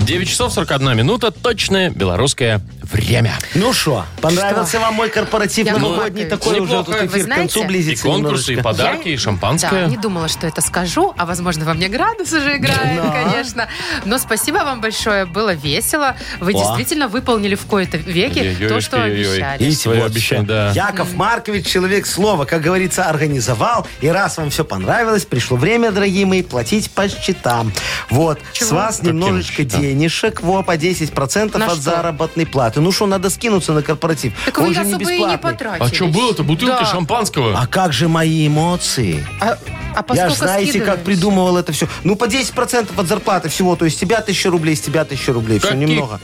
9 часов 41 минута. Точное белорусское время. Ну что, понравился вам мой корпоратив Яков новогодний Маркович, такой уже неплохо. тут эфир Вы к знаете, концу И близится конкурсы, и немножечко. подарки, и шампанское. Да, не думала, что это скажу, а возможно во мне градус уже играет, Да. конечно. Но спасибо вам большое, было весело. Вы О. действительно выполнили в кои-то веки Ой-ой-ой, то, что ой-ой-ой. обещали. И Видите, Своё вот обещание, всё. да. Яков Маркович, человек слова, как говорится, организовал. И раз вам все понравилось, пришло время, дорогие мои, платить по счетам. Вот, с вас Каким немножечко счетам? денежек, во, по 10% На от что? заработной платы. Ну что, надо скинуться на корпоратив. Так Он вы же не особо и не бесплатный. потратили. А что было-то? Бутылки Да. шампанского? А как же мои эмоции? А, а Я поскольку ж, знаете, как скидываешь? придумывал это все. Ну, по 10% от зарплаты всего. То есть с тебя 1000 рублей, с тебя 1000 рублей. Все Каких? немного.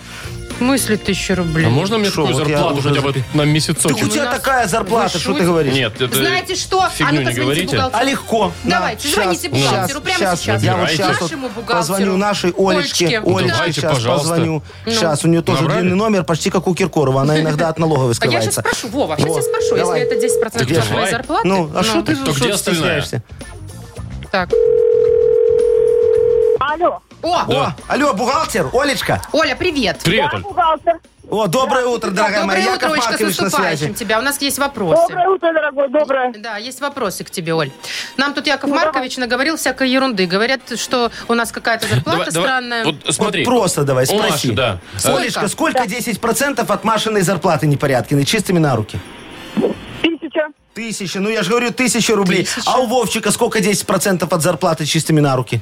В смысле тысячу рублей? А можно мне Шо, такую вот я зарплату уже хотя бы запи- на Так у месяцочек? тебя нас- такая зарплата, Вы что ты шутите? говоришь? ну Нет, это Знаете что? А Фигню ну-ка, не звоните говорите. бухгалтеру. А легко. Давайте, звоните бухгалтеру прямо сейчас. Я вот Набирайте. сейчас вот Нашему бухгалтеру. позвоню нашей Олечке. Олечке. Ну. Ну, Олечке давайте, сейчас пожалуйста. позвоню. Сейчас, у нее тоже Набрали? длинный номер, почти как у Киркорова. Она иногда от налоговой А я сейчас скрывается. спрошу, Вова, сейчас я Вот, спрошу, давай. если это 10% от Так твоей давай. зарплаты. Ну, а что ты то где что ты остальная? стесняешься? Так. Алло, О, О, А, алло, бухгалтер, Олечка. Оля, привет. Привет, Оль. бухгалтер. О, доброе утро, дорогая моя. Доброе утро, Яков Олечка, с Маркович на наступающим связи. тебя. У нас есть вопросы. Доброе утро, дорогой, доброе. Да, есть вопросы к тебе, Оль. Нам тут Яков Маркович наговорил всякой ерунды. Говорят, что у нас какая-то зарплата Давай- давай- странная. Вот смотри. Вот просто давай, У Маши, спроси. да. Сколько? Олечка, сколько 10% от Машиной зарплаты непорядкиной, чистыми на руки? Тысяча. Тысяча, ну я же говорю, тысяча рублей. А у Вовчика сколько 10% от зарплаты чистыми на руки?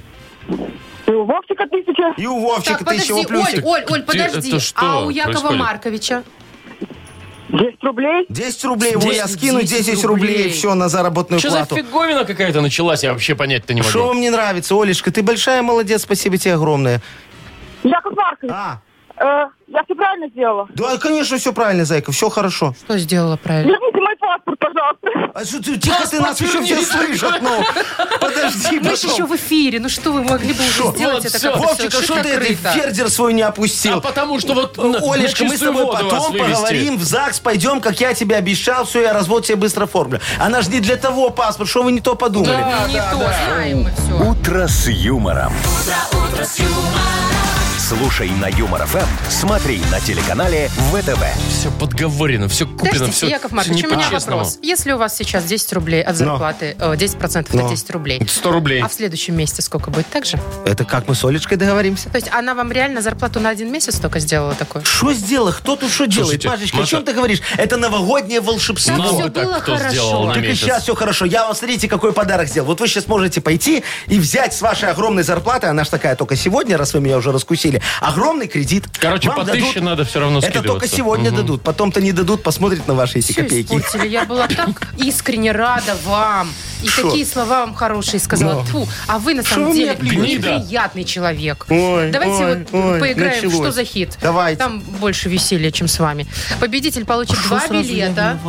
И у Вовчика Ну, тысяча. И у Вовчика Так, тысяча, подожди, о, плюсик. Оль, Оль, Оль, Где- подожди. это что А у Якова происходит? Марковича? 10 рублей. 10 рублей, вот я 10 скину 10, рублей, рублей. все, на заработную Что за плату. фиговина какая-то началась? Я вообще понять-то не могу. Что вам не нравится, Олечка? Ты большая молодец, спасибо тебе огромное. Яков Маркович, А, э, я все правильно сделала. да, конечно, все правильно, Зайка, все хорошо. Что сделала правильно? Верните мой паспорт, пожалуйста. А что ты, тихо, ты нас еще все слышат, ну. Подожди, Мы же еще потом. в эфире. Ну что вы могли бы уже сделать Вот это всё. как-то Вовчик, а всё что ты этот шито-крыто? фердер свой не А опустил? потому что вот на- Ну, Олечка, на мы с чистую тобой воду вас потом вывести. поговорим, в ЗАГС пойдем, как я тебе обещал, все, я развод тебе быстро оформлю. Она же не для того паспорт, что вы не то подумали. Ну, Не то, знаем мы все. Утро с юмором. С Слушай на Юмор ФМ, смотри на телеканале ВТВ. Все подговорено, все куплено, Подождите, все, Яков Маркович, не у меня по-честному. вопрос. Если у вас сейчас 10 рублей от зарплаты, э, 10% Но. на 10 рублей, 100 рублей. а в следующем месяце сколько будет? Так же? Это как мы с Олечкой договоримся? То есть она вам реально зарплату на один месяц только сделала такую? Что сделала? Кто тут что делает? Слушайте, Машечка, о Маша- чем ты говоришь? Это новогоднее волшебство. Так Мало всё бы так было кто хорошо. сделал на Так Так и месяц. сейчас все хорошо. Я вам, смотрите, какой подарок сделал. Вот вы сейчас можете пойти и взять с вашей огромной зарплаты, она же такая только сегодня, раз вы меня уже раскусили, огромный кредит. Короче, Вам по 1000 надо всё равно Это только скидываться. сегодня дадут. Потом-то не дадут, посмотрят на ваши эти Всё копейки. испортили. Я была так искренне рада вам. И Шо? такие слова вам хорошие сказала. Тьфу, а вы на Шо самом вы деле меня плюете? неприятный человек. Ой, Давайте ой, вот ой, поиграем, началось. что за хит. Давайте. А Там больше веселья, чем с вами. Победитель получит два билета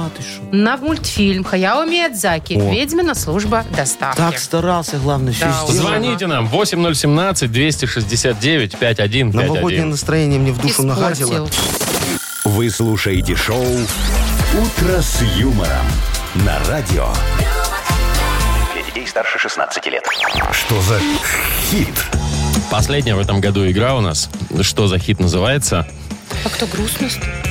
на мультфильм Хаяо Миядзаки «Ведьмина служба доставки». Так старался, главное, все Да уж. сделал. Звоните нам 8017-269-5151. Новогоднее настроение мне в душу нагадило. Испортил. Вы слушаете шоу «Утро с юмором» на радио. Для детей старше 16 лет. Что за хит? Последняя в этом году игра у нас. Что за хит называется? А кто грустный?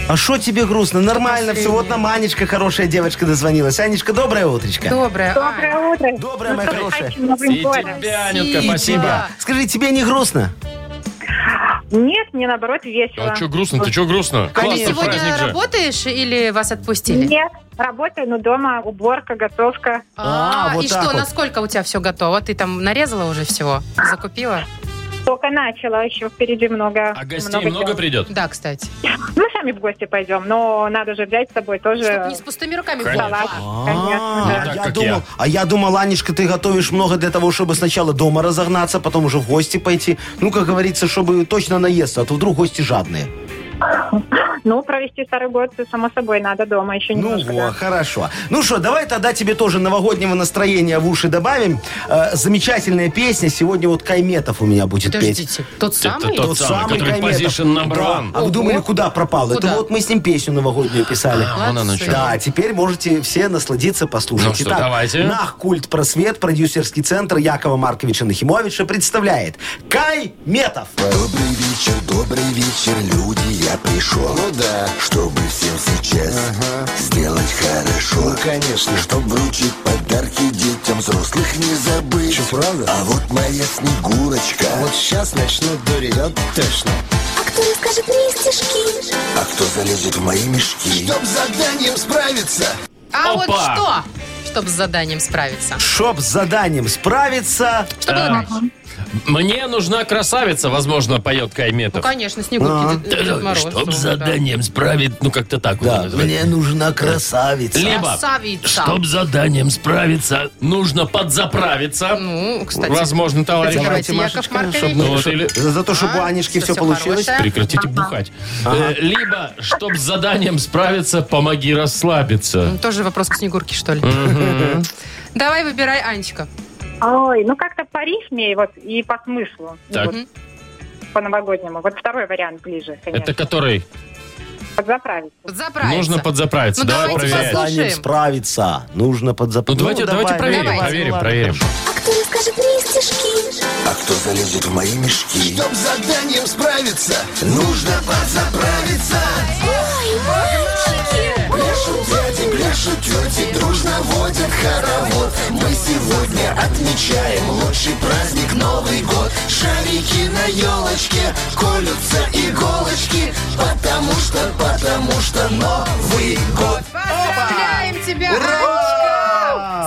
А что тебе грустно? Нормально все. Вот нам Анечка, хорошая девочка, дозвонилась. Анечка, доброе утречко. Доброе. Доброе утро. Доброе, моя хорошая. Новым И годом. тебя, Анютка, спасибо. Скажи, тебе не грустно? Нет, мне наоборот весело. А что грустно? Ты что грустно? А ты Классный праздник сегодня же. работаешь или вас отпустили? Нет, работаю, но ну, дома уборка, готовка. А, вот и так что, вот. насколько у тебя все готово? Ты там нарезала уже всего? Закупила? Только начала, еще впереди много. А гостей много дел. придет? Да, кстати. Мы сами в гости пойдем, но надо же взять с собой Чтоб тоже не с пустыми руками Конечно. салат. ходила. Конечно. А, Не так, я как думал- я. А я думал, Анечка, ты готовишь много для того, чтобы сначала дома разогнаться, потом уже в гости пойти. Ну, как говорится, чтобы точно наесться, а то вдруг гости жадные. Ну, провести старый год, само собой, надо дома еще Ну, немножко. во, да. хорошо. Ну что, давай тогда тебе тоже новогоднего настроения в уши добавим. Э, замечательная песня. Сегодня вот Кайметов у меня будет петь. Подождите, тот самый? тот самый, который position number Да. one. А вы думали, куда пропал? Куда? Это вот мы с ним песню новогоднюю писали. А, вон оно чё. Да, теперь можете все насладиться, послушать. Ну что, давайте. Нах Культ Просвет, продюсерский центр Якова Марковича Нахимовича представляет Кай Метов. Добрый вечер, добрый вечер, люди, я пришел. Ну да. Чтобы всем сейчас сделать хорошо. Ну, конечно. Чтоб вручить подарки детям, взрослых не забыть. Что, правда? А вот моя Снегурочка. Вот сейчас начнут дурить. Да, точно. А кто расскажет мне стишки? А кто залезет в мои мешки? Чтоб с заданием справиться. А вот Опа! что? Чтобы с заданием справиться. Чтоб с заданием справиться. Что было дальше? Мне нужна красавица, возможно, поет Ну, Кайметов. конечно, Снегурки, Дед- Дед Мороз. Чтоб ну, с да. заданием справить, ну как-то так вот он Да, называет. мне нужна красавица. Либо, Красавица. чтоб с заданием справиться, нужно подзаправиться. Ну, кстати. Возможно, товарищ. Давай. Давайте, Яков Машечка, Маркович. чтоб- Ну, вот чтоб- или- за то, чтобы у А, Анечки всё, все всё получилось. хорошее. Прекратите бухать. Э, Либо, чтоб с заданием справиться, помоги расслабиться. Ну, Тоже вопрос к Снегурке, что ли? Давай выбирай Анечка. Ой, ну как-то по рифме вот, и по смыслу. Ну, Так. вот по-новогоднему. Вот второй вариант ближе, конечно. Это который? Подзаправиться. Подзаправиться. Нужно подзаправиться. Ну, Давай давайте проверять. С заданием Слушаем. справиться. Нужно Ну, подзаправить. давайте, давайте проверим, давай. проверим, проверим. А кто расскажет мне стишки? А кто залезет в мои мешки? Ну. Чтоб с заданием справиться, нужно подзаправиться. Ой, мальчики! Пляшут дяди, пляшут тети, дружно водят хоровод. Мы сегодня отмечаем лучший праздник Новый год. Шарики на елочке, колются иголочки, потому что, потому что Новый год. Поздравляем тебя, Ура! Анечка!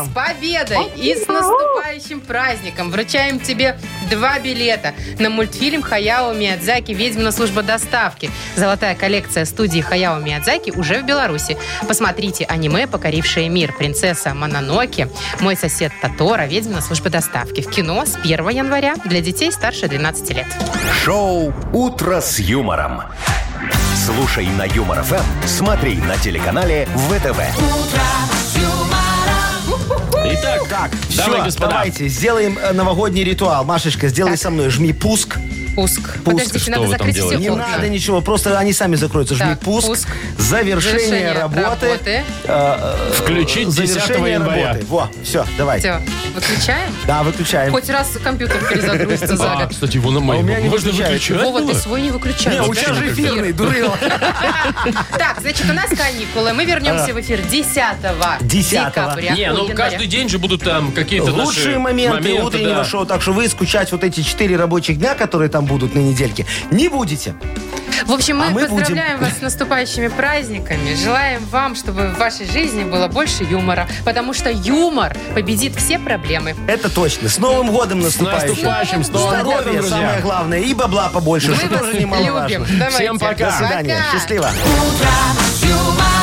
С победой и с наступающим праздником! Вручаем тебе два билета на мультфильм Хаяо Миядзаки «Ведьмина служба доставки». Золотая коллекция студии Хаяо Миядзаки уже в Беларуси. Посмотрите аниме, покорившее мир. Принцесса Мононоки, мой сосед Татора, «Ведьмина служба доставки». В кино с 1 января для детей старше 12 лет. Шоу «Утро с юмором». Слушай на Юмор ФМ, смотри на телеканале ВТВ. Итак, Так, дамы и всё, господа. давайте сделаем э, новогодний ритуал. Машечка, сделай со мной, жми пуск. Пуск. Подождите, Что надо вы там закрыть все делаете? Не окна. надо ничего, просто они сами закроются. Жми Так, пуск, пуск. завершение, Завершение работы. работы. э, э, Включить 10 завершение января. работы. Во, все, давайте. Все, выключаем? Да, выключаем. Хоть раз компьютер перезагрузится за А, год. кстати, его на у моем. меня не Можно выключается. выключать? Вова, было? ты свой не выключай. Ну, Не, у тебя же эфирный, дурила. Так, значит, у нас каникулы. Мы А. вернемся в эфир 10 10-го. декабря. Не, Ой, ну января. каждый день же будут там какие-то Лучшие наши моменты, утреннего да. шоу. Так что вы скучать вот эти 4 рабочих дня, которые там будут на недельке, не будете. В общем, мы, А мы будем. поздравляем вас с наступающими праздниками. Желаем вам, чтобы в вашей жизни было больше юмора. Потому что юмор победит все проблемы. Это точно. С Новым годом С наступающим. наступающим, с Новым годом, Здоровья, друзья. самое главное. И бабла побольше, Мы что вас тоже немаловажно. любим. Давайте. Всем пока. До свидания. Пока. Счастливо. юмор.